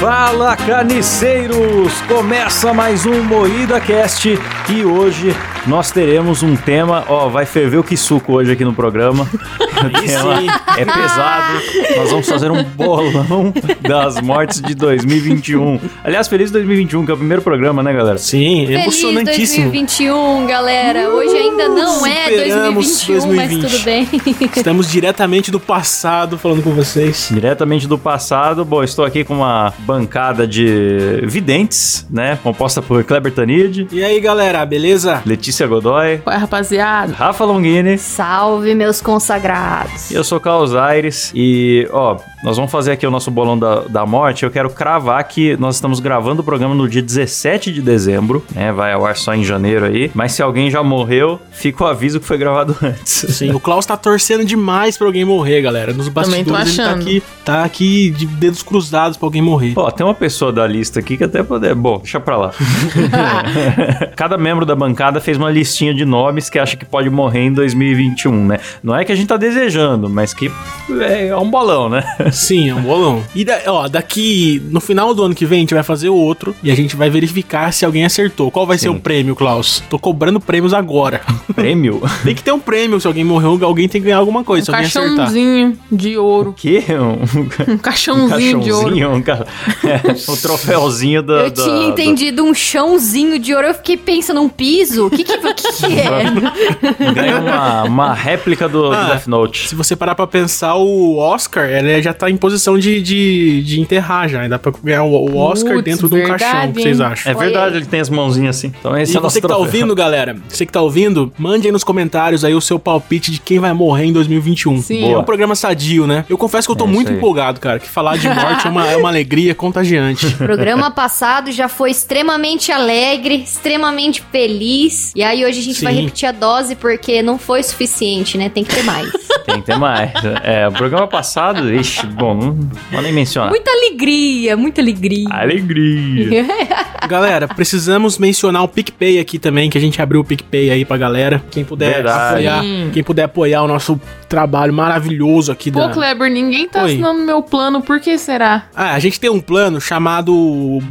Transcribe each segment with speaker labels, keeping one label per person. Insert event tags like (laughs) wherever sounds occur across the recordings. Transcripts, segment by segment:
Speaker 1: Fala carniceiros! Começa mais um Moída Cast e hoje nós teremos um tema, ó, vai ferver o que suco hoje aqui no programa. O tema é pesado. Nós vamos fazer um bolão das mortes de 2021. Aliás, feliz 2021, que é o primeiro programa, né, galera?
Speaker 2: Sim,
Speaker 3: Feliz
Speaker 2: É emocionantíssimo. Uh,
Speaker 3: 2021, galera. Hoje ainda não é
Speaker 2: superamos
Speaker 3: 2021, mas
Speaker 2: 2020.
Speaker 3: tudo bem. (laughs)
Speaker 2: Estamos diretamente do passado falando com vocês.
Speaker 1: Diretamente do passado, bom, estou aqui com uma bancada de videntes, né? Composta por Kleber Tanid,
Speaker 2: E aí, galera, beleza?
Speaker 1: Letícia Godoy,
Speaker 4: Qual é, rapaziada?
Speaker 1: Rafa Longini
Speaker 3: Salve, meus consagrados.
Speaker 1: E Eu sou o Carlos Aires e, ó, nós vamos fazer aqui o nosso bolão da, da morte. Eu quero cravar que nós estamos gravando o programa no dia 17 de dezembro, né? Vai ao ar só em janeiro aí. Mas se alguém já morreu, fica o aviso que foi gravado (laughs) antes.
Speaker 2: Sim, o Klaus tá torcendo demais pra alguém morrer, galera. Nos
Speaker 4: Também
Speaker 2: bastidores
Speaker 4: tô achando.
Speaker 2: ele tá aqui, tá aqui de dedos cruzados pra alguém morrer.
Speaker 1: Ó, tem uma pessoa da lista aqui que até poder. Bom, deixa pra lá. Cada membro da bancada fez uma listinha de nomes que acha que pode morrer em 2021, né? Não é que a gente tá desejando, mas que é, é um bolão, né? (laughs)
Speaker 2: Sim, é um bolão. E da- ó, daqui no final do ano que vem a gente vai fazer outro e a gente vai verificar se alguém acertou. Qual vai ser o prêmio, Klaus? Tô cobrando prêmios agora.
Speaker 1: Prêmio?
Speaker 2: tem que ter um prêmio se alguém morreu, alguém tem que ganhar alguma coisa,
Speaker 4: Um
Speaker 2: se alguém acertar.
Speaker 4: caixãozinho de
Speaker 2: (laughs)
Speaker 4: ouro.
Speaker 1: Que? Um...
Speaker 4: Um caixãozinho, de ouro.
Speaker 1: um, ca... (laughs) é, um troféuzinho da.
Speaker 3: Eu
Speaker 1: da-
Speaker 3: tinha
Speaker 1: da-
Speaker 3: entendido um chãozinho de ouro, eu fiquei pensando, um piso? O que que, o que
Speaker 2: (laughs)
Speaker 3: que é?
Speaker 1: Ganha uma, uma réplica do, do
Speaker 2: Ah,
Speaker 1: Death Note.
Speaker 2: Se você parar pra pensar, o Oscar, ele já tá em posição de, de, de enterrar já. né? Dá pra ganhar o, o Oscar
Speaker 4: Putz,
Speaker 2: dentro de um
Speaker 4: verdade,
Speaker 2: caixão, o que vocês
Speaker 4: hein?
Speaker 2: acham?
Speaker 1: É verdade, ele tem as mãozinhas assim. Então esse
Speaker 2: E
Speaker 1: é o nosso
Speaker 2: você que tá
Speaker 1: troféu.
Speaker 2: ouvindo, galera, você que tá ouvindo, mande aí nos comentários aí o seu palpite de quem vai morrer em 2021.
Speaker 4: Sim.
Speaker 2: É
Speaker 1: Boa.
Speaker 2: um programa sadio, né? Eu confesso que eu tô
Speaker 1: É isso
Speaker 2: muito
Speaker 1: aí.
Speaker 2: empolgado, cara, que falar de morte é, uma, é uma alegria
Speaker 4: (laughs)
Speaker 2: contagiante.
Speaker 3: Programa passado já foi extremamente alegre, extremamente feliz. E aí hoje a gente
Speaker 2: Sim.
Speaker 3: vai repetir a dose porque não foi suficiente, né? Tem que ter mais.
Speaker 1: Tem, tem mais. É, o programa passado, ixi, bom, não vou nem mencionar.
Speaker 3: (laughs) muita alegria, muita alegria.
Speaker 1: Alegria.
Speaker 2: galera, precisamos mencionar o PicPay aqui também, que a gente abriu o PicPay aí pra galera. Quem puder
Speaker 1: Verdade.
Speaker 2: apoiar,
Speaker 4: Sim.
Speaker 2: quem puder apoiar o nosso trabalho maravilhoso aqui
Speaker 4: Pô,
Speaker 2: da,
Speaker 4: Kleber, ninguém tá
Speaker 2: Oi.
Speaker 4: assinando meu plano, por que será?
Speaker 2: Ah, a gente tem um plano chamado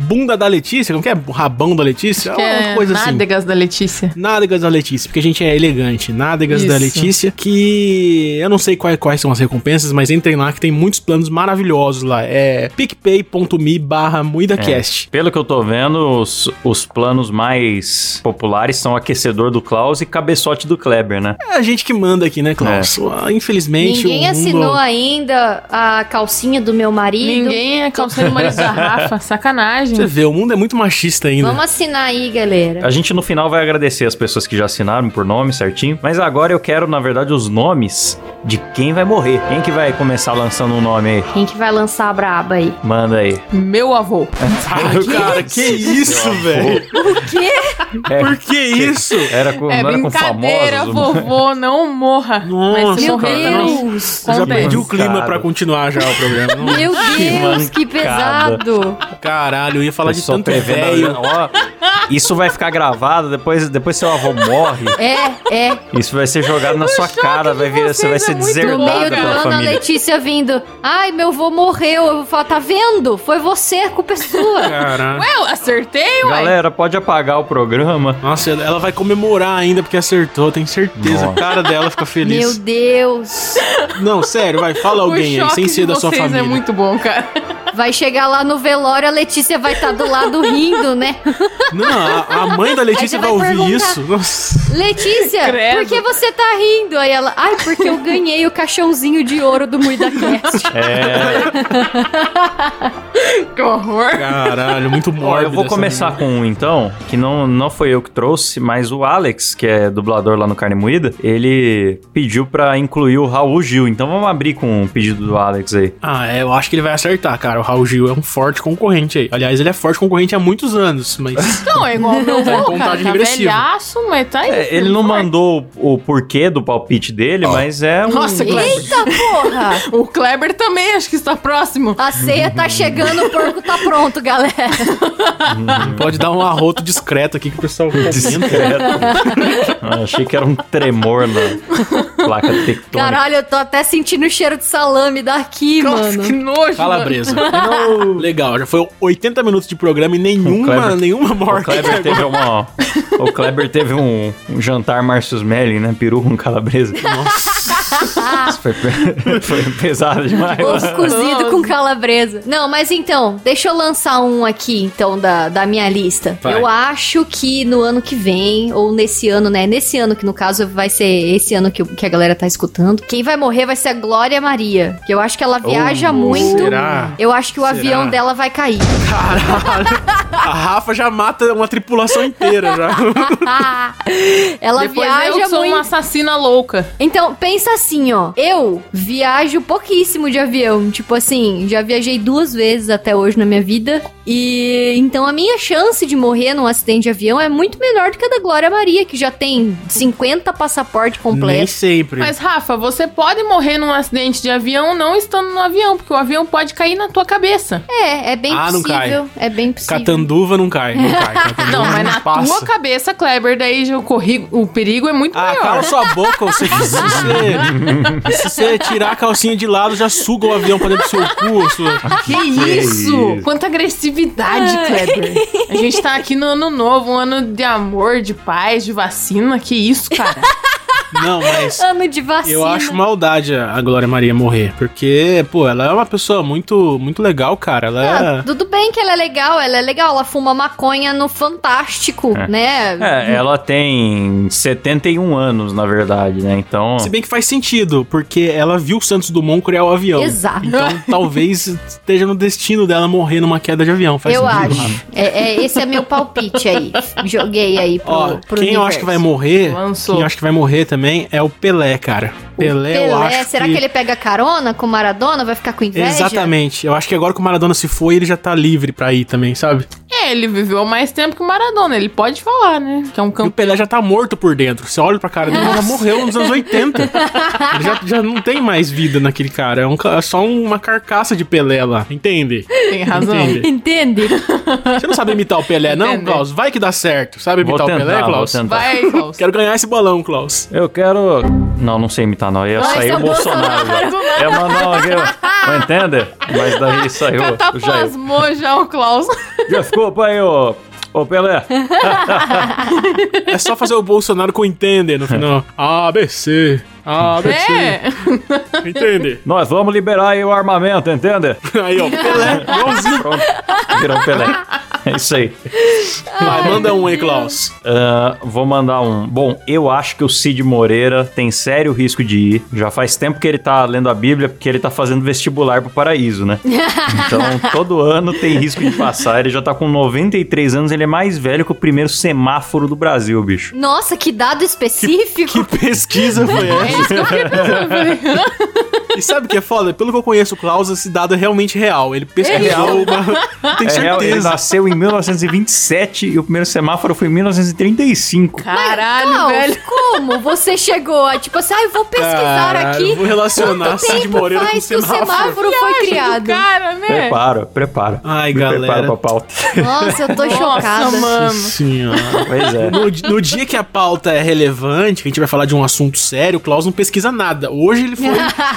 Speaker 2: Bunda da Letícia, como que é? Rabão da Letícia?
Speaker 4: Que
Speaker 2: É uma
Speaker 4: é
Speaker 2: coisa assim.
Speaker 4: nádegas da Letícia.
Speaker 2: Nádegas da Letícia, porque a gente é elegante. Nádegas da
Speaker 4: Isso.
Speaker 2: Letícia, que eu não sei quais, quais são as recompensas, mas entrem lá que tem muitos planos maravilhosos lá. É picpay.me barra muidacast.
Speaker 1: Pelo que eu tô vendo, os, os planos mais populares são aquecedor do Klaus e cabeçote do Kleber, né?
Speaker 2: É. a gente que manda aqui, né, Klaus? Ah, Infelizmente,
Speaker 3: Ninguém
Speaker 2: o mundo...
Speaker 3: assinou ainda a calcinha do meu marido.
Speaker 4: Ninguém é calçando o marido da Rafa, sacanagem.
Speaker 2: Você vê, o mundo é muito machista ainda. (laughs)
Speaker 1: né?
Speaker 3: Vamos assinar aí, galera.
Speaker 1: A gente no final vai agradecer as pessoas que já assinaram por nome certinho, mas agora eu quero, na verdade, os nomes de quem vai morrer. Quem que vai começar lançando um nome aí?
Speaker 3: Quem que vai lançar a braba aí?
Speaker 1: Manda aí.
Speaker 4: Meu avô.
Speaker 2: Ah, cara, que isso, velho? É. Por que isso?
Speaker 1: É, Era com,
Speaker 4: é
Speaker 1: não era com
Speaker 4: brincadeira,
Speaker 1: famosos. um
Speaker 4: vovô,
Speaker 2: (laughs)
Speaker 4: não morra.
Speaker 2: né? Nossa,
Speaker 4: Mas se
Speaker 2: Meu
Speaker 4: morrer, não.
Speaker 3: Deus!
Speaker 2: Eu já
Speaker 4: Acontece.
Speaker 2: perdi o clima pra continuar já o programa. Não-
Speaker 3: Meu Deus,
Speaker 1: Que
Speaker 3: que
Speaker 1: mancada.
Speaker 3: pesado!
Speaker 2: Caralho, eu ia falar de
Speaker 1: Pessoal
Speaker 2: tanto
Speaker 1: prevendo a-
Speaker 2: velho.
Speaker 1: ó, isso vai ficar gravado, depois, depois seu avô morre,
Speaker 3: É, é.
Speaker 1: isso vai ser jogado na sua cara, vai vir, você vai
Speaker 4: vocês
Speaker 1: ser
Speaker 4: é muito
Speaker 3: No
Speaker 1: deserdado
Speaker 3: meio do
Speaker 1: pela
Speaker 3: ano, a
Speaker 1: família.
Speaker 3: Letícia vindo. Ai, meu vô morreu. Eu vou falar, tá vendo? Foi você, culpa
Speaker 1: (laughs)
Speaker 3: é sua.
Speaker 2: Caralho.
Speaker 4: Ué, eu acertei, ué.
Speaker 1: Galera, pode apagar o programa.
Speaker 2: Nossa, ela ela vai comemorar ainda porque acertou, eu tenho certeza.
Speaker 1: Nossa.
Speaker 2: A cara dela fica feliz.
Speaker 3: Meu Deus.
Speaker 2: Não, sério, vai, fala alguém aí,
Speaker 4: o choque
Speaker 2: sem ser
Speaker 4: de
Speaker 2: da sua
Speaker 4: vocês
Speaker 2: família.
Speaker 4: é muito bom, cara. (laughs)
Speaker 3: Vai chegar lá no velório, a Letícia vai estar do lado rindo, né?
Speaker 2: Não, a, a
Speaker 4: (laughs) É
Speaker 2: mãe da Letícia
Speaker 3: Aí
Speaker 2: vai
Speaker 3: você vai
Speaker 2: ouvir
Speaker 3: perguntar.
Speaker 2: isso. Nossa.
Speaker 3: Letícia,
Speaker 4: Credo.
Speaker 3: por que você tá rindo? Aí ela, ai, porque eu ganhei o caixãozinho de ouro
Speaker 1: (laughs)
Speaker 3: do MuidaCast.
Speaker 1: É,
Speaker 4: Que horror.
Speaker 2: Caralho, muito
Speaker 1: ó,
Speaker 2: mórbido.
Speaker 1: eu vou
Speaker 2: essa
Speaker 1: começar com um então, que não, não foi eu que trouxe, mas o Alex, que é dublador lá no Carne Moída, ele pediu pra incluir o Raul Gil. Então vamos abrir com o pedido do Alex aí.
Speaker 2: Ah, é, eu acho que ele vai acertar, cara. O Raul Gil é um forte concorrente aí. Aliás, ele é forte concorrente há muitos anos, mas.
Speaker 4: Não, é igual meu
Speaker 2: Tá em
Speaker 4: avô, cara.
Speaker 2: contagem
Speaker 4: Tá
Speaker 2: regressiva.
Speaker 4: velhaço, mas tá aí.
Speaker 1: É, ele não mandou o, o porquê do palpite dele, mas é um.
Speaker 2: (laughs)
Speaker 4: Nossa, Kleber.
Speaker 3: Eita porra!
Speaker 4: O Kleber também acho que está próximo.
Speaker 3: A ceia tá chegando, o porco tá pronto, galera.
Speaker 2: Pode dar um arroto discreto aqui que o pessoal comenta.
Speaker 1: Discreto. Ah, achei que era um tremor na placa tectônica.
Speaker 3: Caralho, eu tô até sentindo o cheiro de salame daqui,
Speaker 4: Nossa, que
Speaker 3: mano.
Speaker 4: nojo.
Speaker 2: Calabresa.
Speaker 4: (laughs)
Speaker 2: Legal, já foi 80 minutos de programa e nenhuma,
Speaker 1: Kleber-
Speaker 2: nenhuma
Speaker 1: O
Speaker 2: morte.
Speaker 1: Kleber teve uma. O Kleber teve um, um jantar Márcio Melling, né? Peru com calabresa. Nossa. foi, pe- (laughs) foi pesado demais.
Speaker 3: Tá Ovo cozido com calabresa. Não, mas então, deixa eu lançar um aqui, então, da, da minha lista.
Speaker 1: Vai.
Speaker 3: Eu acho que no ano que vem, ou nesse ano, né? Nesse ano, que no caso vai ser esse ano que, o- que a galera tá escutando. Quem vai morrer vai ser a Glória Maria. Que eu acho que ela
Speaker 4: Oh,
Speaker 3: viaja muito.
Speaker 2: será?
Speaker 3: Eu acho que o
Speaker 2: Será?
Speaker 3: avião dela vai cair. (laughs)
Speaker 2: Caralho. A Rafa já mata uma tripulação inteira
Speaker 4: (laughs)
Speaker 2: já.
Speaker 3: ela
Speaker 4: Depois
Speaker 3: viaja
Speaker 4: eu sou
Speaker 3: muito.
Speaker 4: uma assassina louca.
Speaker 3: Então, pensa assim, ó. Eu viajo pouquíssimo de avião. Tipo assim, já viajei duas vezes até hoje na minha vida. E então a minha chance de morrer num acidente de avião é muito menor do que a da Glória Maria, que já tem 50 passaporte
Speaker 2: Nem
Speaker 3: completo.
Speaker 2: sempre.
Speaker 4: Mas, Rafa, você pode morrer num acidente de avião não estando no avião, porque o avião pode cair na tua cabeça.
Speaker 3: É, é bem
Speaker 2: Ah, não cai.
Speaker 3: possível. É bem possível.
Speaker 2: Catanduva não cai. Não,
Speaker 4: (laughs)
Speaker 2: cai. Catanduva
Speaker 4: Não, mas na
Speaker 2: passa.
Speaker 4: tua cabeça, Kleber, daí já corri... o perigo é muito
Speaker 2: Ah,
Speaker 4: maior.
Speaker 2: cala sua boca, você, (laughs) se, você, se você tirar a calcinha de lado, já suga o avião pra dentro do seu cu. Sua...
Speaker 4: Que é
Speaker 1: isso?
Speaker 4: isso? Quanta agressividade, Kleber. A gente tá aqui no ano novo, um ano de amor, de paz, de vacina. Que isso, (laughs) cara?
Speaker 2: Não, mas
Speaker 3: Ano de
Speaker 4: Assim,
Speaker 3: vacina.
Speaker 4: né?
Speaker 2: Eu acho maldade a a Glória Maria morrer, porque, pô, ela é uma pessoa muito, muito legal, cara. Ela
Speaker 3: Ah,
Speaker 2: é...
Speaker 3: tudo bem que ela é legal, ela é legal, ela fuma maconha no Fantástico,
Speaker 1: É.
Speaker 3: né?
Speaker 2: Uhum.
Speaker 1: É, ela tem 71 anos, na verdade, né? Então.
Speaker 2: Se bem que faz sentido, porque ela viu o Santos Dumont criar o avião.
Speaker 3: Exato. (laughs)
Speaker 2: Então talvez esteja no destino dela morrer numa queda de avião. Faz
Speaker 3: eu
Speaker 2: sentido.
Speaker 3: acho. É, é, esse é meu
Speaker 2: (laughs)
Speaker 3: palpite aí. Joguei aí pro,
Speaker 2: Ó,
Speaker 3: pro
Speaker 2: quem eu
Speaker 3: universo.
Speaker 2: acho que vai morrer,
Speaker 4: Lançou.
Speaker 2: quem eu acho que vai morrer também é o Pelé, cara. Pelé, eu acho
Speaker 3: será que... ele pega carona com Maradona? Vai ficar com inveja?
Speaker 2: Exatamente. Eu acho que agora que o Maradona se foi, ele já tá livre pra ir também, sabe?
Speaker 4: é, ele viveu mais tempo que o Maradona. Ele pode falar, né? Que é um
Speaker 2: E o
Speaker 4: campo.
Speaker 2: Pelé já tá morto por dentro. Você olha pra cara dele, ele já morreu nos anos
Speaker 3: (laughs)
Speaker 2: 80. Ele já, já não tem mais vida naquele cara. É, um ca- é só uma carcaça de Pelé lá. Entende?
Speaker 4: Tem razão.
Speaker 2: Entende?
Speaker 4: (laughs)
Speaker 3: Entende?
Speaker 2: Você não sabe imitar o Pelé, não,
Speaker 4: Entende.
Speaker 2: Klaus? Vai que dá certo. Sabe
Speaker 1: Vou
Speaker 2: imitar o Pelé,
Speaker 1: tentar, vou
Speaker 2: Klaus?
Speaker 1: tentar.
Speaker 4: Vai, Klaus.
Speaker 2: Quero ganhar esse bolão, Klaus.
Speaker 1: Eu quero. Não, não sei imitar, não. Ia
Speaker 3: Vai
Speaker 1: sair
Speaker 3: ser
Speaker 1: o
Speaker 3: o
Speaker 1: Bolsonaro.
Speaker 3: Bolsonaro
Speaker 1: velho. É, mas não, aqui, ó. entende? Mas daí saiu. o Jair.
Speaker 4: Cataplasmou tá já o Klaus.
Speaker 1: Já ficou, pai, ô. Ô, Pelé.
Speaker 2: É só fazer o Bolsonaro com entender
Speaker 1: (laughs)
Speaker 2: no final. ABC. ABC.
Speaker 4: É.
Speaker 2: Entende?
Speaker 1: Nós vamos liberar aí o armamento, entende?
Speaker 2: Aí, ó, Pelé. Igualzinho.
Speaker 1: Pronto. Virou Pelé. É isso aí.
Speaker 2: Vai, manda um aí, Klaus.
Speaker 1: Ah, vou mandar um. Bom, eu acho que o Cid Moreira tem sério risco de ir. Já faz tempo que ele tá lendo a Bíblia, porque ele tá fazendo vestibular pro paraíso, né? Então, todo ano tem risco de passar. Ele já tá com 93 anos, ele é mais velho que o primeiro semáforo do Brasil, bicho.
Speaker 3: Nossa, que dado
Speaker 2: Que
Speaker 3: específico.
Speaker 2: pesquisa foi essa?
Speaker 4: É isso que eu fiquei pensando. eu (laughs) falei,
Speaker 2: E sabe o que é foda? Pelo que eu conheço o Klaus, esse dado é realmente real. Ele
Speaker 3: é
Speaker 2: pesquisou uma... Tem
Speaker 1: É real, ele
Speaker 2: certeza.
Speaker 1: nasceu em 1927 e o primeiro semáforo foi em 1935.
Speaker 4: Caralho,
Speaker 3: Klaus,
Speaker 4: velho.
Speaker 3: como você chegou? a, Tipo assim, ah, eu vou pesquisar
Speaker 2: Caralho,
Speaker 3: aqui.
Speaker 2: Vou relacionar
Speaker 3: Quanto
Speaker 2: Cid
Speaker 3: tempo
Speaker 2: Moreira com
Speaker 3: faz que o
Speaker 2: semáforo.
Speaker 3: semáforo foi
Speaker 4: Do
Speaker 3: criado?
Speaker 4: Cara, né?
Speaker 1: Prepara, prepara.
Speaker 2: Ai,
Speaker 1: Me
Speaker 2: galera.
Speaker 1: Prepara pra pauta.
Speaker 3: Nossa, eu tô chocada.
Speaker 4: Nossa, mano.
Speaker 2: Senhora.
Speaker 1: Pois é.
Speaker 2: No, di- no dia que a pauta é relevante, que a gente vai falar de um assunto sério, o Klaus não pesquisa nada. Hoje ele foi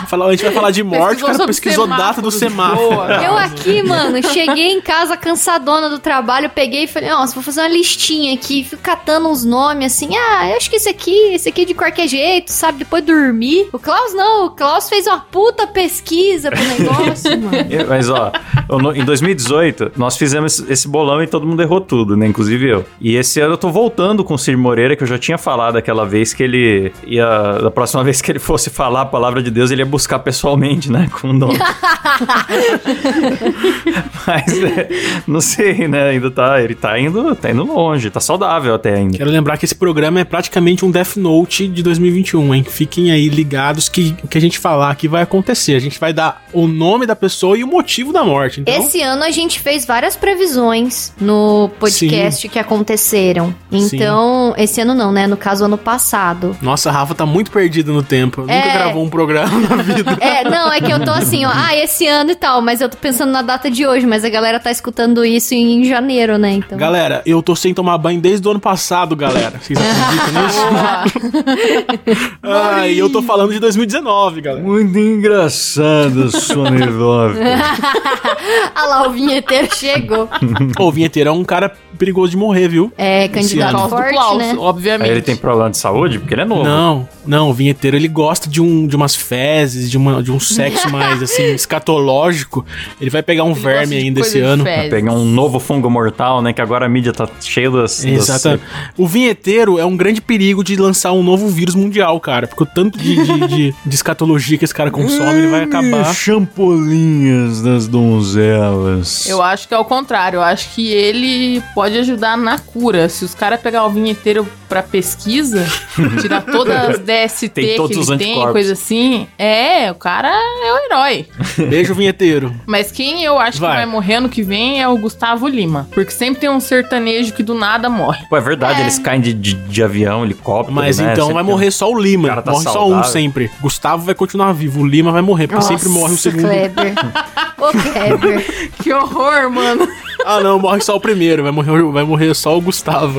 Speaker 2: falar, a gente vai falar de morte, o
Speaker 4: Pesquisou
Speaker 2: cara
Speaker 4: sobre
Speaker 2: pesquisou
Speaker 4: semáforo.
Speaker 2: data do semáforo.
Speaker 4: Boa.
Speaker 3: Eu aqui, mano, cheguei em casa cansadona do trabalho, peguei e falei, nossa, vou fazer uma listinha aqui, fico catando uns nomes assim, ah, eu acho que esse aqui, esse aqui é de qualquer jeito, sabe? Depois dormir. O Klaus não, o Klaus fez uma puta pesquisa pro negócio, mano.
Speaker 1: Eu- Mas ó, eu no- em 2018 nós fizemos esse- esse bolão e todo mundo errou tudo, né? Inclusive eu. E esse ano eu tô voltando com o Cid Moreira, que eu já tinha falado aquela vez que ele ia. Da próxima (laughs) vez que ele fosse falar a palavra de Deus, ele ia buscar pessoalmente, né? Com o nome. Mas é, não sei, né? Ainda tá. Ele tá indo, tá indo longe, tá saudável até ainda.
Speaker 2: Quero lembrar que esse programa é praticamente um Death Note de 2021, hein? Fiquem aí ligados que o que a gente falar aqui vai acontecer. A gente vai dar o nome da pessoa e o motivo da morte. Então,
Speaker 3: Esse ano a gente fez várias previsões no podcast que aconteceram.
Speaker 2: Sim.
Speaker 3: Então, esse ano não, né? No caso, ano passado.
Speaker 2: (laughs) Nossa, a Rafa tá muito perdida no tempo.
Speaker 3: É.
Speaker 2: Nunca gravou um programa na vida. sentido.
Speaker 3: É, não, é que eu tô assim, ó, ah, esse ano e tal, mas eu tô pensando na data de hoje, mas a galera tá escutando isso em janeiro, né? Então.
Speaker 2: Galera, eu tô sem tomar banho desde o ano passado, galera. Vocês acreditam
Speaker 4: (laughs)
Speaker 2: nisso?
Speaker 4: Boa.
Speaker 2: Ai, eu tô falando de 2019, galera.
Speaker 1: É Muito engraçado, Sony Love.
Speaker 3: (laughs) ah lá, o vinheteiro chegou.
Speaker 2: Ô, vinheteiro é um cara perigoso de morrer, viu?
Speaker 3: É,
Speaker 2: ano.
Speaker 3: candidato
Speaker 4: Por causa do
Speaker 3: forte,
Speaker 4: Klaus,
Speaker 3: né?
Speaker 1: Aí
Speaker 4: obviamente.
Speaker 1: ele tem problema de saúde? Porque ele é novo.
Speaker 2: Não, não, o vinheteiro ele gosta de, um, de umas fezes, de, uma, de um
Speaker 4: (laughs)
Speaker 2: sexo mais assim, escatológico. Ele vai pegar um
Speaker 4: Ele gosta
Speaker 2: verme
Speaker 4: de
Speaker 2: ainda
Speaker 4: coisa
Speaker 2: esse
Speaker 4: de
Speaker 2: ano.
Speaker 4: fezes.
Speaker 1: Pegar um novo fungo mortal, né? Que agora a mídia tá cheia das... das-
Speaker 2: Exatamente. O vinheteiro é um grande perigo de lançar um novo vírus mundial, cara. Porque o tanto de, de, de- de escatologia que esse cara consome, ele
Speaker 1: (laughs)
Speaker 2: vai acabar.
Speaker 1: Champolinhas das donzelas.
Speaker 4: Eu acho que é o contrário. Eu acho que ele pode ajudar na cura. Se os caras pegar o vinheteiro
Speaker 2: (laughs)
Speaker 4: pra pesquisa, tirar todas as DST
Speaker 1: Tem todos
Speaker 4: que
Speaker 1: os
Speaker 4: ele tem,
Speaker 1: anticorpos.
Speaker 4: coisa assim, é, o cara é o herói.
Speaker 2: Beijo, vinheteiro.
Speaker 4: Mas quem eu acho
Speaker 2: Vai.
Speaker 4: que vai morrer ano que vem é o Gustavo Lima. Porque sempre tem um sertanejo que do nada morre.
Speaker 1: Pô, é verdade, eles caem de, de, de avião, helicóptero,
Speaker 2: Mas
Speaker 1: né?
Speaker 2: então
Speaker 1: Sempre
Speaker 2: vai
Speaker 1: tem-
Speaker 2: morrer só o Lima.
Speaker 1: O cara tá
Speaker 2: morre só um
Speaker 1: saudável.
Speaker 2: sempre. Gustavo vai continuar vivo, o Lima vai morrer, porque sempre morre o
Speaker 3: Nossa,
Speaker 2: segundo.
Speaker 3: Kleber.
Speaker 2: (laughs)
Speaker 3: Ô, Kleber.
Speaker 4: (laughs) Que horror, mano.
Speaker 2: Ah, não, morre só o primeiro, vai morrer, vai morrer só o Gustavo.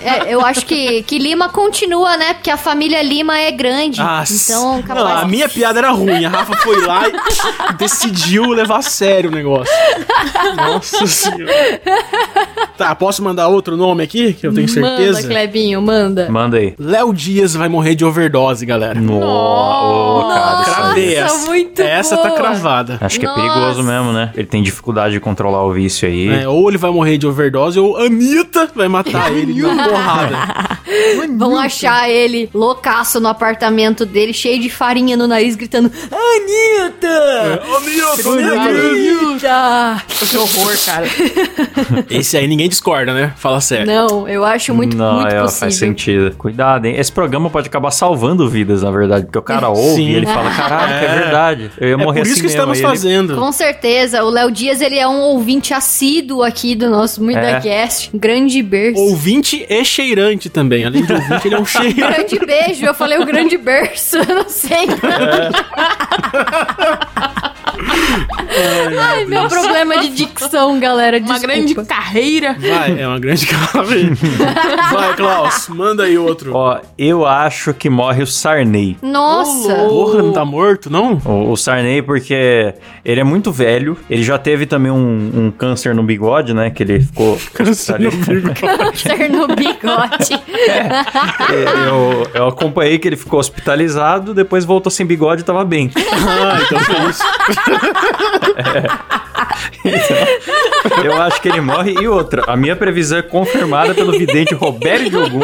Speaker 3: É, eu acho que, que Lima continua, né? Porque a família Lima é grande.
Speaker 2: Ah,
Speaker 3: então,
Speaker 2: s-
Speaker 3: capaz.
Speaker 2: não, a minha piada era ruim. A Rafa foi lá e (laughs) decidiu levar a sério o negócio. Nossa senhora. Tá, posso mandar outro nome aqui? Que eu tenho
Speaker 3: Manda,
Speaker 2: certeza.
Speaker 3: Clebinho, manda.
Speaker 1: Manda aí.
Speaker 2: Léo Dias vai morrer de overdose, galera.
Speaker 1: Nossa, cara, isso aí-
Speaker 2: Cravei essa.
Speaker 3: muito
Speaker 2: essa tá
Speaker 3: boa.
Speaker 2: cravada.
Speaker 1: Acho que
Speaker 3: Nossa.
Speaker 1: é perigoso mesmo, né? Ele tem dificuldade de controlar o vício aí.
Speaker 2: É, ou ele vai morrer de overdose, ou Anitta vai matar ele na porrada.
Speaker 3: Vão achar ele loucaço no apartamento dele, cheio de farinha no nariz, gritando:
Speaker 1: É.
Speaker 3: Anitta! Anitta!
Speaker 4: Que horror, cara.
Speaker 2: Esse aí ninguém discorda, né? Fala sério.
Speaker 3: Não, eu acho muito,
Speaker 1: não,
Speaker 3: muito
Speaker 1: é,
Speaker 3: possível.
Speaker 1: faz sentido. Cuidado, hein? Esse programa pode acabar salvando vidas, na verdade, porque o cara ouve
Speaker 2: (laughs) Sim.
Speaker 1: e ele fala: caralho, que é
Speaker 2: É.
Speaker 1: verdade. Eu ia
Speaker 2: é
Speaker 1: morrer
Speaker 2: por isso
Speaker 1: assim
Speaker 2: que
Speaker 1: mesmo.
Speaker 2: estamos
Speaker 1: Aí ele-
Speaker 2: fazendo.
Speaker 3: Com certeza, o Léo Dias ele é um ouvinte assíduo aqui do nosso MuidaCast.
Speaker 1: É.
Speaker 3: Um Grande berço.
Speaker 2: Ouvinte e cheirante também. Além de
Speaker 1: (laughs)
Speaker 2: ouvinte, ele é um cheirante.
Speaker 3: (laughs) Grande beijo, eu falei o grande berço, (laughs) eu não sei.
Speaker 1: É.
Speaker 3: Ai, meu problema de dicção, galera.
Speaker 4: Uma
Speaker 3: desculpa.
Speaker 4: grande carreira.
Speaker 2: Vai, é uma grande clave. Vai, Klaus, manda aí outro.
Speaker 1: Ó, eu acho que morre o Sarney.
Speaker 3: Nossa!
Speaker 2: Porra, não tá morto, não?
Speaker 1: O, o Sarney, porque ele é muito velho. Ele já teve também um, um câncer no bigode, né? Que ele ficou.
Speaker 2: (laughs)
Speaker 1: Tá
Speaker 2: Câncer no bigode.
Speaker 3: Câncer no bigode.
Speaker 1: É, (laughs) eu, eu acompanhei que ele ficou hospitalizado, depois voltou sem bigode e tava bem.
Speaker 2: Ah, então foi isso.
Speaker 1: Eu acho que ele morre. E outra, a minha previsão é confirmada pelo vidente Roberto de Ogum,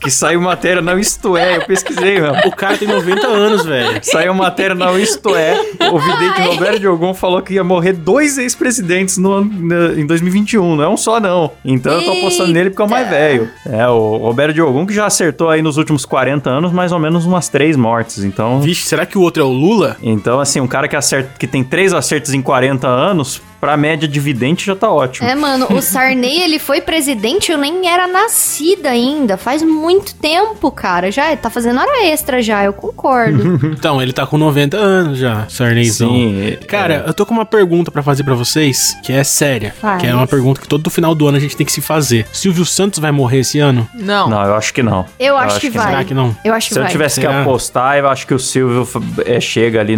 Speaker 1: que saiu matéria na Isto É. Eu pesquisei, meu.
Speaker 2: O cara tem 90 anos, velho.
Speaker 1: Saiu matéria na Isto É. O vidente Roberto de Ogum falou que ia morrer dois ex-presidentes no ano- na- em 2021. Não é um só, não. Então eu tô apostando nele porque é o mais velho. É, o Roberto de Ogum que já acertou aí nos últimos 40 anos mais ou menos umas três mortes. Então.
Speaker 2: Vixe, será que o outro é o Lula?
Speaker 1: Então, assim, um cara que, acerta, que tem três acertos em 40 anos, pra média de vidente já tá ótimo.
Speaker 3: É, mano, o Sarney, ele foi presidente, eu nem era nascida ainda. Faz muito tempo, cara. Já tá fazendo hora extra já, eu concordo.
Speaker 2: Então, ele tá com 90 anos já, Sarneizão.
Speaker 1: Sim, é-
Speaker 2: Cara, eu tô com uma pergunta pra fazer pra vocês, que é séria.
Speaker 4: Faz.
Speaker 2: Que é uma pergunta que todo final do ano a gente tem que se fazer. Silvio Santos vai morrer esse ano?
Speaker 4: Não. (laughs)
Speaker 1: Não, eu acho que não.
Speaker 3: Eu acho que vai.
Speaker 2: Será que não?
Speaker 3: Eu acho que
Speaker 1: Se eu
Speaker 3: vai.
Speaker 1: tivesse que
Speaker 2: Será?
Speaker 1: apostar, eu acho que o Silvio f- é, chega ali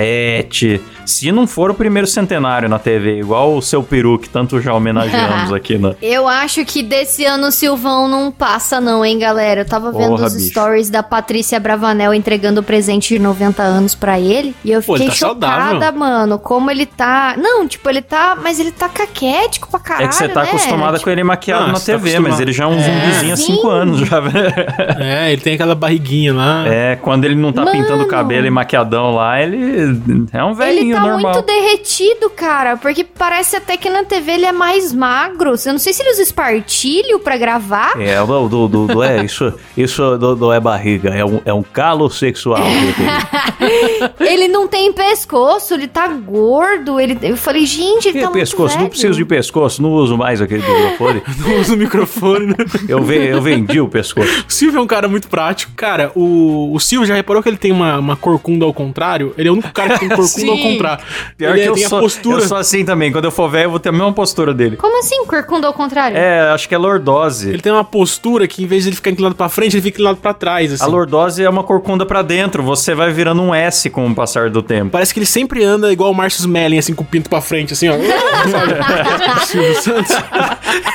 Speaker 1: 97. Se não for o primeiro centenário na TV, igual o seu peru, que tanto já
Speaker 3: (laughs)
Speaker 1: homenageamos aqui né? na.
Speaker 3: Eu acho que desse ano o Silvão não passa, não, hein, galera? Eu tava vendo
Speaker 1: Porra,
Speaker 3: os
Speaker 1: bicho.
Speaker 3: stories da Patrícia Bravanel entregando o presente de 90 anos pra ele. E eu
Speaker 2: Pô,
Speaker 3: fiquei
Speaker 2: ele tá
Speaker 3: chocada,
Speaker 2: saudável.
Speaker 3: mano. Como ele tá. Não, tipo, ele tá. Mas ele tá caquético pra caralho.
Speaker 1: é que você tá
Speaker 3: né?
Speaker 1: acostumado com ele maquiado
Speaker 2: Ah,
Speaker 1: na
Speaker 2: você tá
Speaker 1: TV, mas
Speaker 2: acostumado.
Speaker 1: ele já é um zumbizinho há
Speaker 3: Sim.
Speaker 1: 5 anos já. né?
Speaker 2: (laughs) É, ele tem aquela barriguinha lá. (laughs)
Speaker 1: é, quando ele não tá pintando o
Speaker 3: Mano.
Speaker 1: cabelo e maquiadão lá, ele é um velhinho
Speaker 3: ele tá
Speaker 1: normal.
Speaker 3: muito derretido, cara. porque parece até que na TV ele é mais magro. Eu não sei se ele usa espartilho pra gravar.
Speaker 1: É, não, do, do, do- é isso, isso não, não é barriga, é um, é um calo sexual. meu
Speaker 3: (laughs) Então,
Speaker 1: querido.
Speaker 3: Ele não tem pescoço, ele tá gordo. Ele... Eu falei, gente, ele
Speaker 1: Que
Speaker 3: tá muito
Speaker 1: pescoço? Não
Speaker 3: velho.
Speaker 1: preciso de pescoço, não uso mais aquele microfone.
Speaker 2: Não usa o microfone, né?
Speaker 1: Eu, ve- eu vendi o pescoço.
Speaker 2: O Silvio é um cara muito prático. Cara, o, o Silvio já reparou que ele tem uma, uma corcunda ao contrário? Ele é o único cara que tem corcunda ao
Speaker 4: (laughs) Sim.
Speaker 2: contrário. ele é- tem a postura.
Speaker 1: eu sou assim também. Quando eu for velho, eu vou ter a mesma postura dele.
Speaker 3: Como assim, corcunda ao contrário?
Speaker 1: É, acho que é lordose.
Speaker 2: Ele tem uma postura que, em vez de ele ficar inclinado pra frente, ele fica inclinado pra trás, assim.
Speaker 1: A lordose é uma corcunda pra dentro, você vai virando um S com o passar do tempo.
Speaker 2: Parece que ele sempre anda igual o Marcius Mellen, assim, com o pinto pra frente, assim,
Speaker 4: (laughs)
Speaker 2: ó. Sabe? O Silvio Santos.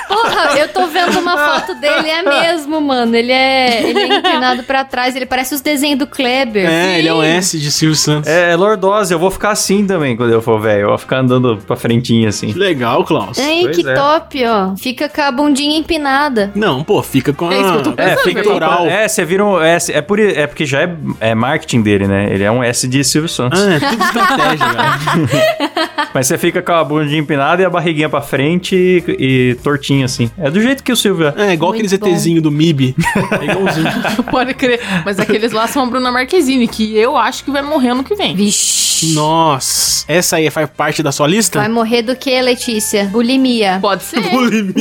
Speaker 3: Porra, eu tô vendo uma foto dele, é mesmo, mano. Ele é, ele é inclinado pra trás, ele parece os desenhos do Kleber.
Speaker 2: É, ele é um S de Silvio Santos.
Speaker 1: É, é lordose, eu vou ficar assim também quando eu for velho. Eu vou ficar andando pra frentinha assim.
Speaker 2: Que É. Legal, Klaus.
Speaker 3: Ai,
Speaker 1: Pois
Speaker 3: que
Speaker 1: é.
Speaker 3: top, ó. Fica com a bundinha empinada.
Speaker 2: Não, pô, fica com a...
Speaker 4: É isso que eu tô
Speaker 1: É,
Speaker 4: pensando,
Speaker 1: fica
Speaker 4: velho.
Speaker 2: Peitoral.
Speaker 1: É, você vira um S. É, por, é porque já é, é marketing dele, né? Ele é um S de Silvio Santos.
Speaker 2: Ah, é
Speaker 4: (laughs)
Speaker 2: tudo estratégia, velho.
Speaker 1: Mas você fica com a bundinha empinada e a barriguinha pra frente e, e tortinha, assim. É do jeito que o Silvio é.
Speaker 2: É, igual
Speaker 3: Muito
Speaker 2: aquele ZTzinho do
Speaker 4: (laughs)
Speaker 2: MIB. É igualzinho.
Speaker 4: Pode crer. Mas aqueles lá são a Bruna Marquezine, que eu acho que vai morrer ano que vem.
Speaker 3: Vixe.
Speaker 2: Nossa. Essa aí faz parte da sua lista? (laughs)
Speaker 3: Vai morrer do que, Letícia? Bulimia.
Speaker 4: Pode ser.
Speaker 2: Bulimia.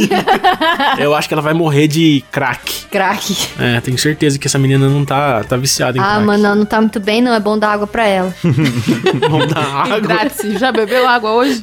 Speaker 2: Eu acho que ela vai morrer de crack.
Speaker 3: Crack.
Speaker 2: É, tenho certeza que essa menina não tá, tá viciada em
Speaker 3: Ah,
Speaker 2: crack.
Speaker 3: mano, ela não tá muito bem, não. É bom dar água pra
Speaker 2: (laughs)
Speaker 3: ela.
Speaker 2: Vamos
Speaker 4: (laughs)
Speaker 2: dar água.
Speaker 4: Hidrate-se. Já bebeu água hoje?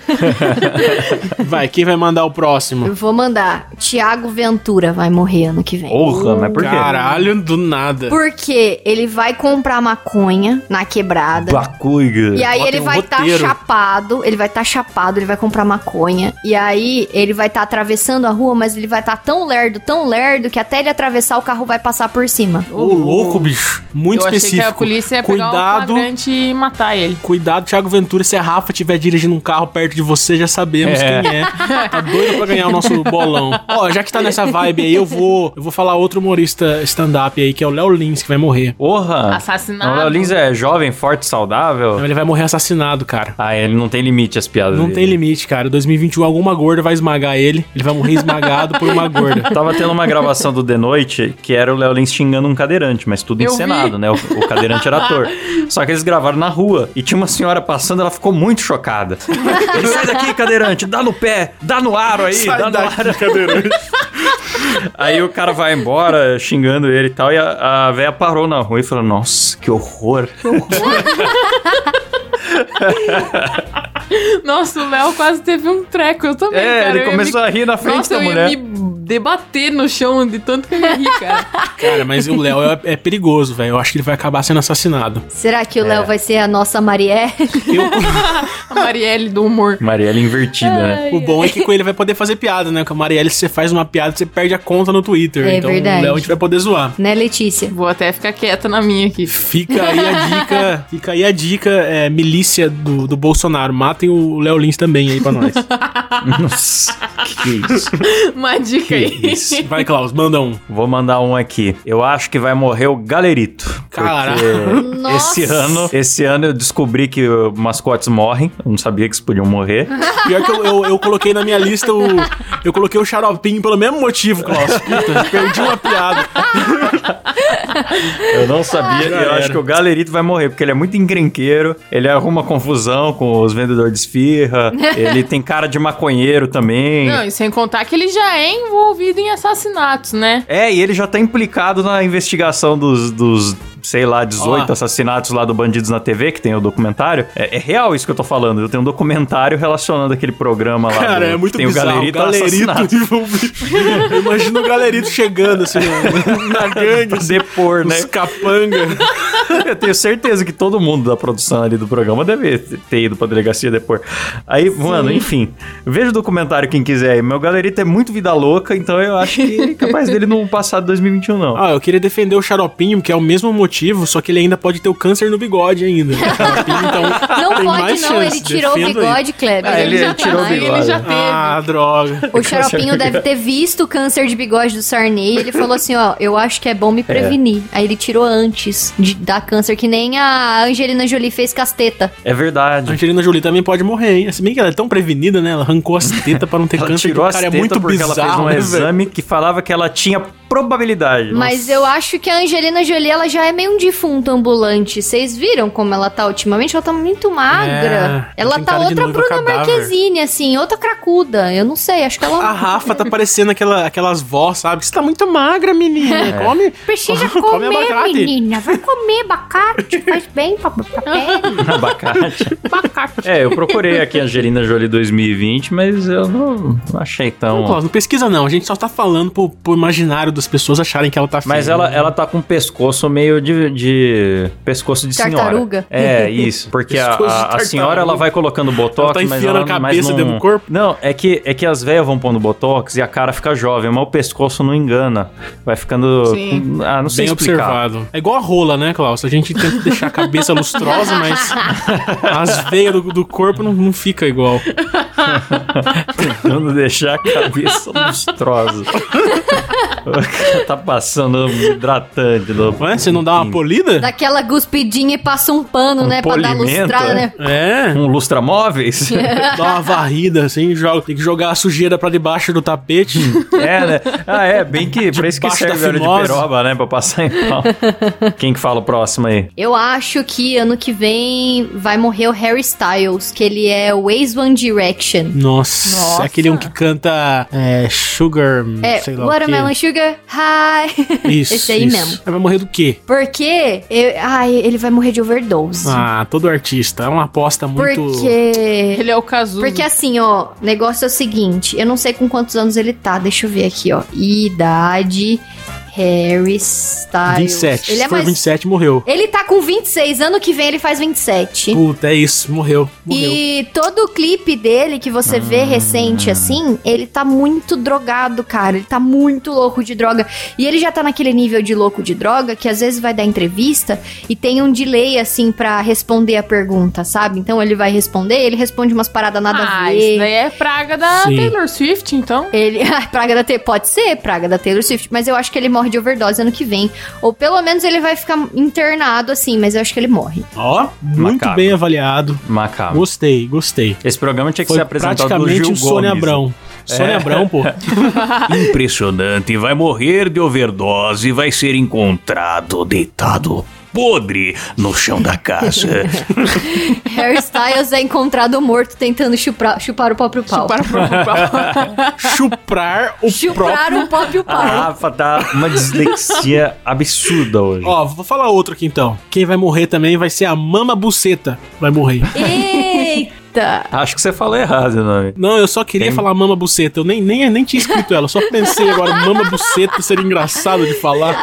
Speaker 2: Vai, quem vai mandar o próximo?
Speaker 3: Eu vou mandar. Tiago Ventura vai morrer ano que vem.
Speaker 1: Porra, mas por quê?
Speaker 2: Caralho, do nada.
Speaker 3: Porque ele vai comprar maconha na quebrada.
Speaker 1: Bacuga.
Speaker 3: E aí
Speaker 2: Ó,
Speaker 3: ele
Speaker 2: tem um
Speaker 3: vai estar
Speaker 2: roteiro.
Speaker 3: chapado, ele vai estar chapado, ele vai comprar maconha. E aí ele vai estar atravessando a rua, mas ele vai estar tão lerdo, tão lerdo, que até ele atravessar o carro vai passar por cima.
Speaker 2: Ô, louco, bicho. Muito
Speaker 4: eu
Speaker 2: específico.
Speaker 4: achei que a polícia ia pegar o
Speaker 2: Cuidado.
Speaker 4: flagrante e matar ele.
Speaker 2: Cuidado, Thiago Ventura, se a Rafa estiver dirigindo um carro perto de você, já sabemos
Speaker 1: É.
Speaker 2: quem é. Tá doido pra ganhar o nosso bolão. Ó, já que tá nessa vibe aí, eu vou, eu vou falar outro humorista stand-up aí, que é o Léo Lins, que vai morrer.
Speaker 1: Porra.
Speaker 4: Assassinado.
Speaker 1: Não, O Léo Lins é jovem, forte, saudável.
Speaker 2: Ele vai morrer assassinado, cara.
Speaker 1: Ah, ele não tem limite as piadas
Speaker 2: Não
Speaker 1: dele.
Speaker 2: tem limite, cara. 2021, alguma gorda vai esmagar ele. Ele vai morrer esmagado por uma gorda.
Speaker 1: Tava tendo uma gravação do The Noite que era o Léo Lins xingando um cadeirante, mas tudo
Speaker 4: Eu
Speaker 1: encenado,
Speaker 4: vi.
Speaker 1: né? O, o cadeirante era
Speaker 4: (laughs)
Speaker 1: ator. Só que eles gravaram na rua e tinha uma senhora passando, ela ficou muito chocada. Ele sai daqui, cadeirante, dá no pé, dá no aro aí, dá no aro. (laughs) Aí o cara vai embora xingando ele e tal, e a, a véia parou na rua e falou: Nossa, que horror.
Speaker 4: Nossa, o Léo quase teve um treco. Eu também,
Speaker 1: É,
Speaker 4: cara. eu
Speaker 1: ele
Speaker 4: ia
Speaker 1: começou
Speaker 4: me...
Speaker 1: a rir na frente
Speaker 4: Nossa,
Speaker 1: da
Speaker 4: eu
Speaker 1: mulher.
Speaker 4: ia me debater no chão de tanto que eu ia rir, cara.
Speaker 2: Cara, mas o Léo é, é perigoso, velho. Eu acho que ele vai acabar sendo assassinado.
Speaker 3: Será que o Léo
Speaker 2: É.
Speaker 3: vai ser a nossa Marié?
Speaker 4: (laughs) A Marielle do humor.
Speaker 1: Marielle invertida, né?
Speaker 2: O bom é que com ele vai poder fazer piada, né? Com a Marielle, se você faz uma piada, você perde a conta no Twitter.
Speaker 3: É
Speaker 2: então
Speaker 3: verdade.
Speaker 2: o Léo a gente vai poder zoar.
Speaker 3: (laughs) né, Letícia?
Speaker 4: Vou até ficar quieta na
Speaker 1: (laughs)
Speaker 4: minha aqui.
Speaker 2: Fica aí a dica, fica aí a dica, é, milícia do, do Bolsonaro. Matem o Léo Lins também aí pra nós.
Speaker 1: (laughs) Nossa, que é isso.
Speaker 4: Uma dica
Speaker 1: Que
Speaker 4: aí.
Speaker 1: É isso.
Speaker 2: Vai, Klaus, manda um.
Speaker 1: Vou mandar um aqui. Eu acho que vai morrer o Galerito.
Speaker 2: Caralho.
Speaker 1: porque
Speaker 3: Nossa.
Speaker 1: Esse ano, esse ano eu descobri que uh, mascotes morrem. Eu não sabia que eles podiam morrer.
Speaker 2: Pior que eu, eu, eu coloquei na minha lista o. Eu coloquei o xaropinho pelo mesmo motivo, Klaus. Puta, perdi uma piada.
Speaker 1: Eu não sabia.
Speaker 2: Já
Speaker 1: eu
Speaker 2: era.
Speaker 1: acho que o Galerito vai morrer, porque ele é muito encrenqueiro. Ele arruma confusão com os vendedores de esfirra. ele tem cara de maconheiro também.
Speaker 4: Não, e sem contar que ele já é envolvido em assassinatos, né?
Speaker 1: É, e ele já tá implicado na investigação dos, dos sei lá, 18
Speaker 2: Ó.
Speaker 1: assassinatos lá do Bandidos na TV, que tem o documentário. É, é real isso que eu tô falando. Eu tenho um documentário relacionando aquele programa lá.
Speaker 2: Cara,
Speaker 1: do-
Speaker 2: é muito
Speaker 1: tem
Speaker 2: bizarro.
Speaker 1: o galerito, assassinado.
Speaker 2: envolvido. Eu Imagino o galerito chegando assim na- (laughs) na gangue.
Speaker 1: Pra
Speaker 2: assim,
Speaker 1: depor, (laughs) né?
Speaker 2: Os capanga.
Speaker 1: Eu tenho certeza que todo mundo da produção ali do programa deve ter ido pra delegacia depor. Aí, mano, enfim. Veja o documentário quem quiser aí. Meu galerito é muito vida louca, então eu acho que é capaz dele não passar de 2021, não.
Speaker 2: Ah, eu queria defender o xaropinho, que é o mesmo motivo, só que ele ainda pode ter o câncer no bigode ainda.
Speaker 1: (laughs)
Speaker 2: então,
Speaker 3: Não
Speaker 2: tem
Speaker 3: pode,
Speaker 2: mais
Speaker 3: não.
Speaker 2: chance,
Speaker 3: Ele tirou o
Speaker 2: defendo aí.
Speaker 3: bigode, Kleber.
Speaker 1: Ah, ele
Speaker 4: já
Speaker 1: tirou o
Speaker 4: tá, ele
Speaker 1: bigode.
Speaker 4: já teve.
Speaker 2: Ah, droga.
Speaker 3: O xaropinho deve ter visto o câncer de bigode do Sarney. Ele falou assim: ó, eu acho que
Speaker 2: (laughs)
Speaker 3: é bom me prevenir. Aí ele tirou antes de dar câncer, que nem a Angelina Jolie fez casteta.
Speaker 1: É
Speaker 2: A
Speaker 1: verdade.
Speaker 2: Angelina Jolie também pode morrer, hein? Se bem que ela é tão prevenida, né? Ela arrancou as tetas pra não ter
Speaker 1: Ela
Speaker 2: câncer.
Speaker 1: tirou
Speaker 2: que
Speaker 1: a
Speaker 2: o cara
Speaker 1: teta
Speaker 2: é muito
Speaker 1: porque
Speaker 2: bizarro,
Speaker 1: ela fez um
Speaker 2: né, velho?
Speaker 1: exame que falava que ela tinha probabilidade. (laughs)
Speaker 3: Mas eu acho que a Angelina Jolie, ela já é meio um defunto ambulante. Vocês viram como ela tá ultimamente? Ela tá muito magra.
Speaker 2: É,
Speaker 3: ela
Speaker 2: tem
Speaker 3: tá
Speaker 2: cara de
Speaker 3: outra
Speaker 2: noiva
Speaker 3: Bruna
Speaker 2: cadáver.
Speaker 3: Marquezine, assim, outra cracuda. Eu não sei, acho que ela. é
Speaker 2: A Rafa tá parecendo aquela, aquelas vós, sabe? Você tá muito magra, menina.
Speaker 1: É,
Speaker 2: Come. (laughs)
Speaker 3: Precisa
Speaker 2: come
Speaker 3: comer,
Speaker 2: abacate.
Speaker 3: menina. Vai comer abacate, faz bem pra,
Speaker 2: (laughs)
Speaker 3: pra pele.
Speaker 1: Abacate.
Speaker 2: Ah.
Speaker 1: É, eu procurei aqui Angelina Jolie 2020, mas eu não não achei
Speaker 2: Não,
Speaker 1: tão.
Speaker 2: Klaus, não pesquisa não. A gente só tá falando pro, pro imaginário das pessoas acharem que ela tá
Speaker 1: Mas
Speaker 2: feia.
Speaker 1: ela, ela tá com um pescoço meio de, de- pescoço de
Speaker 3: Tartaruga.
Speaker 1: senhora. É, isso. Porque a,
Speaker 2: Pescoço de
Speaker 1: a- a
Speaker 2: tartaruga.
Speaker 1: senhora, ela vai colocando botox,
Speaker 2: Ela tá
Speaker 1: mas
Speaker 2: enfiando
Speaker 1: ela
Speaker 2: a
Speaker 1: mas
Speaker 2: cabeça
Speaker 1: não-
Speaker 2: dentro do corpo?
Speaker 1: Não, é que, é que as velhas vão pondo botox e a cara fica jovem, mas o pescoço não engana. Vai ficando...
Speaker 4: Sim.
Speaker 1: com- ah, não sei
Speaker 2: Bem
Speaker 1: explicar.
Speaker 2: observado. É igual a rola, né, Klaus? A gente tenta deixar a cabeça lustrosa, (laughs) mas as veias do, do corpo não, não fica igual.
Speaker 1: Tentando (laughs) deixar a cabeça lustrosa. (laughs) tá passando um hidratante. Do...
Speaker 2: Ué, você não dá uma polida?
Speaker 3: Dá aquela guspidinha e passa um pano,
Speaker 1: Um
Speaker 3: né? Pra dar
Speaker 1: polimento,
Speaker 3: lustrada,
Speaker 1: né?
Speaker 3: né?
Speaker 2: É.
Speaker 1: Um lustramóveis?
Speaker 2: (laughs) Dá uma varrida, assim, joga, tem que jogar a sujeira pra debaixo do tapete.
Speaker 1: (laughs) É, né? Ah, é, bem que pra isso que
Speaker 2: Debaixo
Speaker 1: serve
Speaker 2: da
Speaker 1: óleo de
Speaker 2: fimose.
Speaker 1: peroba, né? Pra passar em pau. Quem que fala o próximo aí?
Speaker 3: Eu acho que ano que vem vai morrer o Harry Styles, que ele é o ex One Direction.
Speaker 2: Hum, Nossa,
Speaker 4: Nossa.
Speaker 2: aquele um que canta é, Sugar,
Speaker 3: É,
Speaker 2: sei lá
Speaker 3: Watermelon
Speaker 2: o
Speaker 3: Sugar, hi! (laughs)
Speaker 2: quê. Isso,
Speaker 3: Esse aí
Speaker 2: isso.
Speaker 3: mesmo.
Speaker 2: Mas Vai morrer do quê?
Speaker 3: Porque, eu- ai, ele vai morrer de overdose.
Speaker 2: Ah, todo artista. É uma aposta muito...
Speaker 3: Porque...
Speaker 4: Ele é o Cazuza.
Speaker 3: Porque assim, ó, o negócio é o seguinte, eu não sei com quantos anos ele tá, deixa eu ver aqui, ó. Idade, Harry Styles.
Speaker 2: 27.
Speaker 3: Ele é
Speaker 2: Se for
Speaker 3: mais...
Speaker 2: 27, morreu.
Speaker 3: Ele tá com 26, ano que vem ele faz 27.
Speaker 2: Puta, é isso. Morreu. Morreu.
Speaker 3: E todo o clipe dele que você vê recente, assim, ele tá muito drogado, cara. Ele tá muito louco de droga. E ele já tá naquele nível de louco de droga que às vezes vai dar entrevista e tem um delay, assim, pra responder a pergunta, sabe? Então ele vai responder, ele responde umas paradas nada a
Speaker 4: Ah, isso
Speaker 3: ver.
Speaker 4: daí é praga da
Speaker 2: Sim.
Speaker 4: Taylor Swift, então.
Speaker 3: Ele, (laughs) a praga da Taylor, pode ser praga da Taylor Swift, mas eu acho que ele morre de overdose ano que vem. Ou pelo menos ele vai ficar internado, assim, mas eu acho que ele
Speaker 4: (laughs)
Speaker 3: morre.
Speaker 2: Ó, muito
Speaker 1: Macabro.
Speaker 2: bem avaliado.
Speaker 1: Macabro.
Speaker 2: Gostei, gostei.
Speaker 1: Esse programa tinha que
Speaker 2: Foi
Speaker 1: ser apresentado pelo
Speaker 2: praticamente
Speaker 1: Gil
Speaker 2: um Sônia
Speaker 1: Gomes.
Speaker 2: Abrão. Sônia Abrão, (laughs) pô.
Speaker 5: Impressionante, vai morrer de overdose e vai ser encontrado deitado podre no chão da casa.
Speaker 3: Harry Styles é encontrado morto tentando chupar, chupar o próprio pau.
Speaker 2: (laughs)
Speaker 4: Para pra
Speaker 2: Chuprar o próprio...
Speaker 3: Chupar o próprio
Speaker 1: A
Speaker 3: um
Speaker 2: Ah.
Speaker 3: pau.
Speaker 1: Rafa tá uma dislexia absurda hoje.
Speaker 2: Ó, vou falar outro aqui então. Quem vai morrer também vai ser a Mama Buceta. Vai morrer.
Speaker 3: Eita!
Speaker 1: Acho que você falou errado né? o nome.
Speaker 2: Não, eu só queria falar Mama Buceta. Eu nem, nem, nem tinha escrito ela. Eu só pensei agora, Mama Buceta seria engraçado de falar.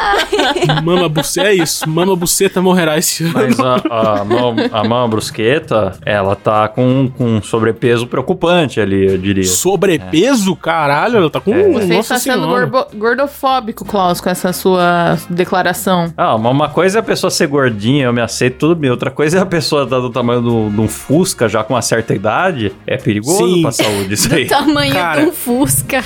Speaker 2: Mama Buceta. É isso. Mama Buceta morrerá esse ano.
Speaker 1: Mas a, a, mão, a mão brusqueta, ela tá com, com um sobrepeso preocupante ali, eu diria.
Speaker 2: (laughs) Sobrepeso? Caralho, ela tá com.
Speaker 4: Você
Speaker 2: Nossa
Speaker 4: está sendo
Speaker 2: senhora.
Speaker 4: gorbo- gordofóbico, Klaus, com essa sua declaração.
Speaker 1: Ah, mas uma coisa é a pessoa ser gordinha, eu me aceito tudo bem. Outra coisa é a pessoa estar do tamanho de um de um Fusca já com uma certa idade. É perigoso
Speaker 2: Sim.
Speaker 1: pra saúde isso (laughs) aí.
Speaker 3: Tamanho
Speaker 2: Cara.
Speaker 3: tão um fusca.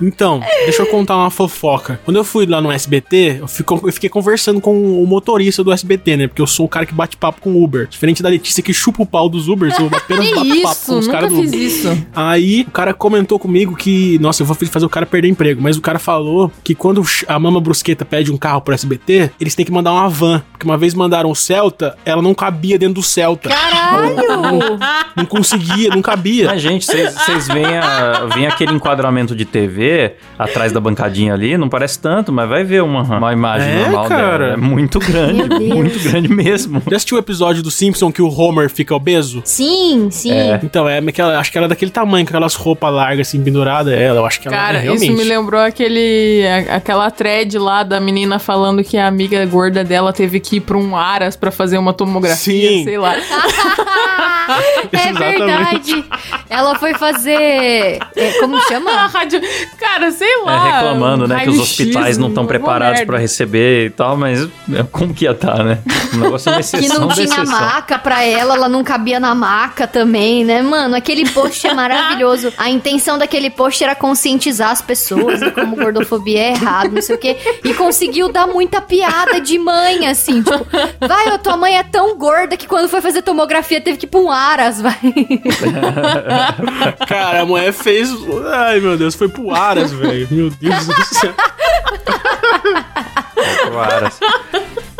Speaker 2: Então, deixa eu contar uma fofoca. Quando eu fui lá no SBT, eu, fico- eu fiquei conversando com o motorista do SBT, né? Porque eu sou o cara que bate papo com o Uber. Diferente da Letícia que chupa o pau dos Ubers, eu
Speaker 4: (laughs) Que
Speaker 2: apenas bato papo com
Speaker 4: isso?
Speaker 2: os
Speaker 4: Nunca
Speaker 2: caras do
Speaker 4: fiz
Speaker 2: Uber.
Speaker 4: isso.
Speaker 2: Aí o cara comentou comigo que, nossa, eu vou fazer o cara perder emprego. Mas o cara falou que quando a Mama Brusqueta pede um carro pro SBT, eles têm que mandar uma van. Porque uma vez mandaram o Celta, ela não cabia dentro do Celta.
Speaker 3: Caralho!
Speaker 2: Não conseguia, não cabia.
Speaker 1: Mas, gente, vocês- vocês veem, a- veem aquele enquadramento de TV atrás da bancadinha ali, não parece tanto, mas vai ver uma, uma imagem
Speaker 2: É,
Speaker 1: normal
Speaker 2: cara.
Speaker 1: dela. É muito grande,
Speaker 3: Meu Deus.
Speaker 1: muito grande mesmo.
Speaker 2: Já assistiu o episódio do Simpson que o Homer fica obeso?
Speaker 3: (laughs) Sim, sim. (laughs)
Speaker 2: Então, é aquela, acho que ela é daquele tamanho, com aquelas roupas largas assim, penduradas. Ela, eu acho que ela
Speaker 4: Cara,
Speaker 2: é
Speaker 4: isso
Speaker 2: realmente.
Speaker 4: me lembrou aquele, a- aquela thread lá da menina falando que a amiga gorda dela teve que ir pra um Aras pra fazer uma tomografia,
Speaker 2: Sim.
Speaker 4: sei lá.
Speaker 3: É
Speaker 2: Exatamente.
Speaker 3: verdade. Ela foi fazer. é, como
Speaker 4: A
Speaker 3: chama?
Speaker 4: rádio. Cara, sei
Speaker 1: É,
Speaker 4: lá.
Speaker 1: reclamando, né, que os hospitais não estão preparados pra
Speaker 4: para
Speaker 1: receber e tal, mas é, como que ia estar, né? O negócio é uma
Speaker 3: Que
Speaker 1: exceção
Speaker 3: não
Speaker 1: da
Speaker 3: tinha
Speaker 1: exceção.
Speaker 3: maca pra ela, ela não cabia na maca também, né? Mano, aquele post é maravilhoso. A intenção daquele post era conscientizar as pessoas de como gordofobia é errado, não sei o quê. E conseguiu dar muita piada de mãe, assim. Tipo, vai, ô, tua mãe é tão gorda que quando foi fazer tomografia teve que ir pra um aras, vai.
Speaker 2: Cara, a mulher fez. Ai, meu Deus, foi pro Aras, velho. Meu Deus do céu.
Speaker 1: Claro.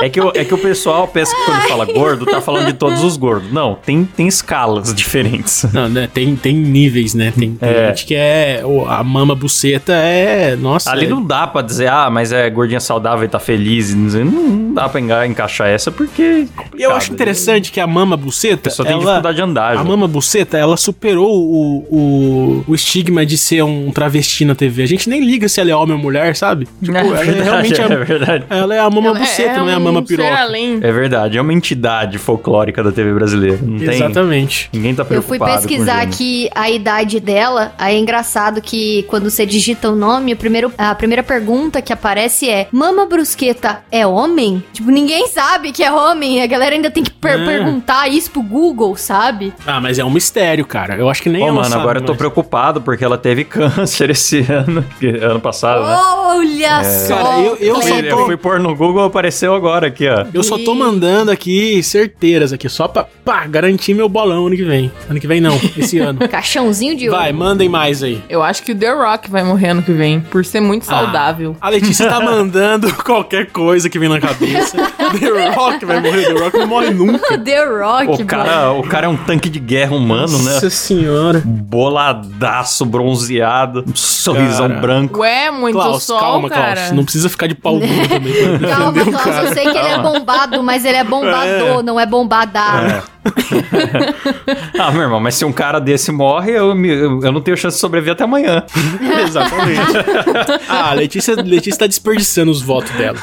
Speaker 1: É que, o- é que o pessoal pensa que quando fala gordo, tá falando de todos os gordos. Não, tem, tem escalas (laughs) diferentes.
Speaker 2: Não, né? Tem, tem níveis, né? Tem, tem
Speaker 1: É.
Speaker 2: gente que é. o- A mama buceta é. Nossa.
Speaker 1: Ali
Speaker 2: é-
Speaker 1: não dá pra dizer, ah, mas é gordinha saudável e tá feliz. Não, não dá pra enga- encaixar essa porque. é
Speaker 2: E né? eu acho interessante que a mama buceta.
Speaker 1: Só tem
Speaker 2: ela,
Speaker 1: dificuldade de andar.
Speaker 2: a
Speaker 1: já.
Speaker 2: mama buceta, ela superou o, o, o estigma de ser um travesti na TV. A gente nem liga se ela é homem ou mulher, sabe?
Speaker 1: (laughs)
Speaker 2: Tipo,
Speaker 1: É
Speaker 2: ela é
Speaker 1: verdade,
Speaker 2: realmente
Speaker 1: é
Speaker 2: a,
Speaker 1: verdade.
Speaker 2: ela é a mama
Speaker 4: um né,
Speaker 2: buceta, não é a mama piroca.
Speaker 4: além.
Speaker 1: É verdade, é uma entidade folclórica da TV brasileira. Não tem.
Speaker 2: Exatamente.
Speaker 1: Ninguém tá
Speaker 3: Eu
Speaker 1: preocupado.
Speaker 3: fui
Speaker 1: com
Speaker 3: pesquisar
Speaker 1: gênero.
Speaker 3: aqui a idade dela. Aí é engraçado que quando você digita o nome, o primeiro, a primeira pergunta que aparece é: Mama Brusqueta é homem? Tipo, ninguém sabe que é homem. A galera ainda tem que per-
Speaker 2: É.
Speaker 3: perguntar isso pro Google, sabe?
Speaker 2: Ah, mas é um mistério, cara. Eu acho que nem
Speaker 1: Ô,
Speaker 2: ela
Speaker 1: mano,
Speaker 2: sabe
Speaker 1: agora eu tô
Speaker 2: mais.
Speaker 1: preocupado porque ela teve (laughs) câncer esse ano, que- ano passado, né?
Speaker 3: Olha só! é
Speaker 2: Cara, eu- eu
Speaker 1: Eu
Speaker 3: Kleber.
Speaker 1: fui- eu fui pôr no Google, apareceu agora aqui, ó.
Speaker 2: Eu só tô mandando aqui certeiras aqui, só pra pá, garantir meu bolão ano que vem. Ano que vem não, esse (laughs) ano.
Speaker 3: um Caixãozinho de
Speaker 2: Vai,
Speaker 3: ouro.
Speaker 2: mandem mais aí.
Speaker 4: Eu acho que o The Rock vai morrer ano que vem, por ser muito saudável.
Speaker 2: A Letícia
Speaker 3: (laughs)
Speaker 2: tá mandando qualquer coisa que vem na cabeça. The Rock vai morrer, The Rock não morre nunca.
Speaker 3: The Rock,
Speaker 1: O cara, o cara é um tanque de guerra humano, né?
Speaker 2: Nossa senhora.
Speaker 1: Boladaço, bronzeado, um sorrisão
Speaker 2: Cara.
Speaker 1: branco.
Speaker 4: Ué, É muito
Speaker 2: Klaus,
Speaker 4: sol,
Speaker 2: calma,
Speaker 4: cara.
Speaker 2: Klaus. Não precisa ficar de pau
Speaker 3: (laughs)
Speaker 2: duro também. pra defender
Speaker 3: Calma,
Speaker 2: o
Speaker 3: Klaus, eu sei que ele é bombado, mas ele é bombador, não é bombadar.
Speaker 1: É. Ah, meu irmão, mas se um cara desse morre, eu, me- eu eu não tenho chance de sobreviver até amanhã.
Speaker 2: Exatamente. Ah, a Letícia, Letícia tá desperdiçando os votos dela.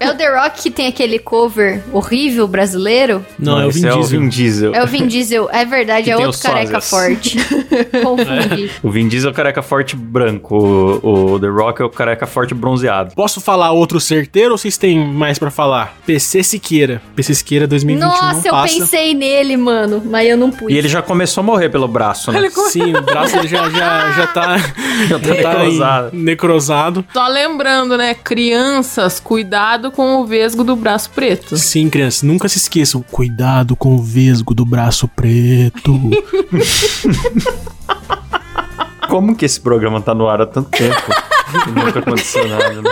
Speaker 3: É o The Rock que tem aquele cover horrível brasileiro.
Speaker 2: Não, é o
Speaker 1: esse
Speaker 2: Vin Diesel.
Speaker 1: Vin Diesel.
Speaker 3: É o Vin Diesel, é verdade,
Speaker 1: Que
Speaker 3: é
Speaker 1: tem
Speaker 3: outro
Speaker 1: os
Speaker 3: careca
Speaker 1: sósias.
Speaker 3: forte. Confundi.
Speaker 1: O Vin Diesel é o careca forte branco. O, o The Rock é o careca forte bronzeado.
Speaker 2: Posso falar outro certeiro ou vocês têm mais pra falar? PC Siqueira. PC Siqueira 2021 não
Speaker 3: Nossa, eu
Speaker 2: passa.
Speaker 3: pensei nele, mano, mas eu não pude.
Speaker 1: E ele já começou a morrer pelo braço, né?
Speaker 2: Sim, o braço dele já, já, já
Speaker 1: (laughs)
Speaker 2: tá, já tá
Speaker 1: necrosado.
Speaker 2: em- necrosado.
Speaker 4: Só lembrando, né? Crianças, cuidado com o vesgo do braço preto.
Speaker 2: Sim, crianças, Então, assim, nunca se esqueçam. Cuidado com o vesgo do braço preto.
Speaker 1: Como que esse programa tá no ar há tanto
Speaker 2: (laughs)
Speaker 1: tempo? E Nunca aconteceu nada, né?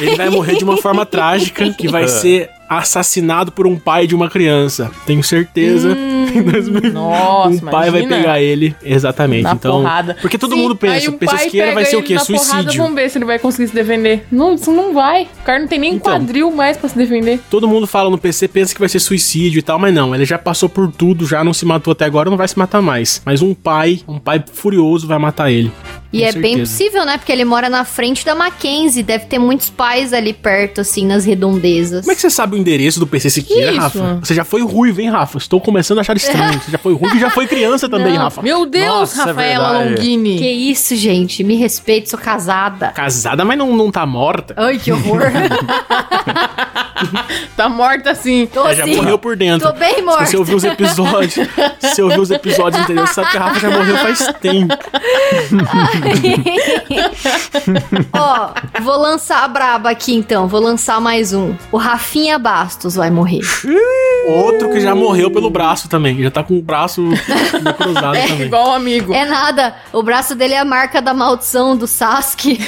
Speaker 2: Ele vai morrer de uma forma trágica, que vai ser assassinado por um pai de uma criança. Tenho certeza.
Speaker 4: Hum,
Speaker 2: em 2020,
Speaker 4: (laughs) Nossa,
Speaker 2: um pai vai
Speaker 4: imagina.
Speaker 2: pegar ele. Exatamente.
Speaker 4: Na
Speaker 2: então,
Speaker 4: porrada.
Speaker 2: Porque todo
Speaker 4: Sim,
Speaker 2: mundo
Speaker 4: aí
Speaker 2: pensa,
Speaker 4: o
Speaker 2: pensa
Speaker 4: pai
Speaker 2: esquerda vai
Speaker 4: pega
Speaker 2: ser o
Speaker 4: ele
Speaker 2: quê?
Speaker 4: na Porrada,
Speaker 2: Suicídio.
Speaker 4: vamos ver se ele vai conseguir se defender. Não, isso não vai. O cara não tem nem
Speaker 2: Então.
Speaker 4: quadril mais pra se defender.
Speaker 2: Todo mundo fala no PC, pensa que vai ser suicídio e tal, mas não, ele já passou por tudo, já não se matou até agora, não vai se matar mais. Mas um pai, um pai furioso vai matar ele.
Speaker 3: E
Speaker 2: Com
Speaker 3: é bem
Speaker 2: certeza.
Speaker 3: possível, né? Porque ele mora na frente da Mackenzie. Deve ter muitos pais ali perto, assim, nas redondezas.
Speaker 2: Como é que você sabe o endereço do PC Siqueira,
Speaker 4: isso?
Speaker 2: Rafa? Você já foi ruivo, hein, Rafa? Estou começando a achar estranho. Você já foi ruivo e já foi criança também,
Speaker 3: (laughs) Não,
Speaker 2: Rafa.
Speaker 4: Meu Deus,
Speaker 1: Nossa, é
Speaker 4: Rafaela
Speaker 1: verdade.
Speaker 4: Longini.
Speaker 3: Que isso, gente? Me respeite, sou casada.
Speaker 2: Casada, mas não, não tá morta.
Speaker 3: Ai, que horror.
Speaker 4: Tá morta assim.
Speaker 3: (laughs) Tô
Speaker 2: Ela já
Speaker 3: assim.
Speaker 2: morreu por dentro.
Speaker 3: Tô bem morta.
Speaker 2: Se você ouviu os episódios, se você ouviu os episódios anteriores, você sabe que a Rafa já morreu faz tempo.
Speaker 3: (laughs) Ó, vou lançar a braba aqui então. Vou lançar mais um. O Rafinha Bastos vai morrer.
Speaker 2: Outro que já morreu pelo braço também. Já tá com o braço cruzado também.
Speaker 4: Igual o amigo.
Speaker 3: É nada. O braço dele é a marca da maldição do Sasuke.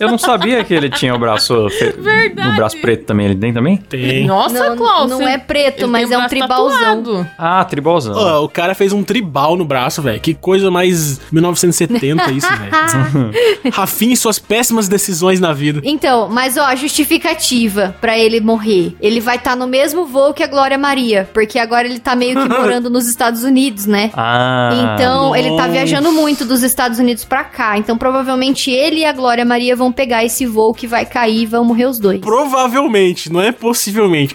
Speaker 1: Eu não sabia que ele tinha o
Speaker 3: (laughs)
Speaker 1: braço. fe- O braço preto também, ele tem também?
Speaker 2: Tem.
Speaker 4: Nossa,
Speaker 3: É, não,
Speaker 4: Klaus.
Speaker 3: não
Speaker 4: você-
Speaker 3: é preto,
Speaker 4: ele
Speaker 3: mas
Speaker 4: tem
Speaker 3: é
Speaker 4: o
Speaker 3: um
Speaker 4: braço
Speaker 3: tribalzão.
Speaker 4: tatuado.
Speaker 1: Ah, tribalzão.
Speaker 2: Ó, o cara fez um tribal no braço, velho. Que coisa mais 1970 isso,
Speaker 3: (laughs)
Speaker 2: velho. Rafinha e suas péssimas decisões na vida.
Speaker 3: Então, mas ó, a justificativa pra ele morrer. Ele vai estar no mesmo voo que a Glória Maria, porque agora ele tá meio
Speaker 4: (laughs)
Speaker 3: que morando nos Estados Unidos, né?
Speaker 1: Ah.
Speaker 3: Então, ele tá
Speaker 2: nossa.
Speaker 3: viajando muito dos Estados Unidos pra cá. Então, provavelmente ele e a Glória Maria vão pegar esse voo que vai cair e vão morrer os dois.
Speaker 2: Provavelmente, provavelmente, não é possivelmente,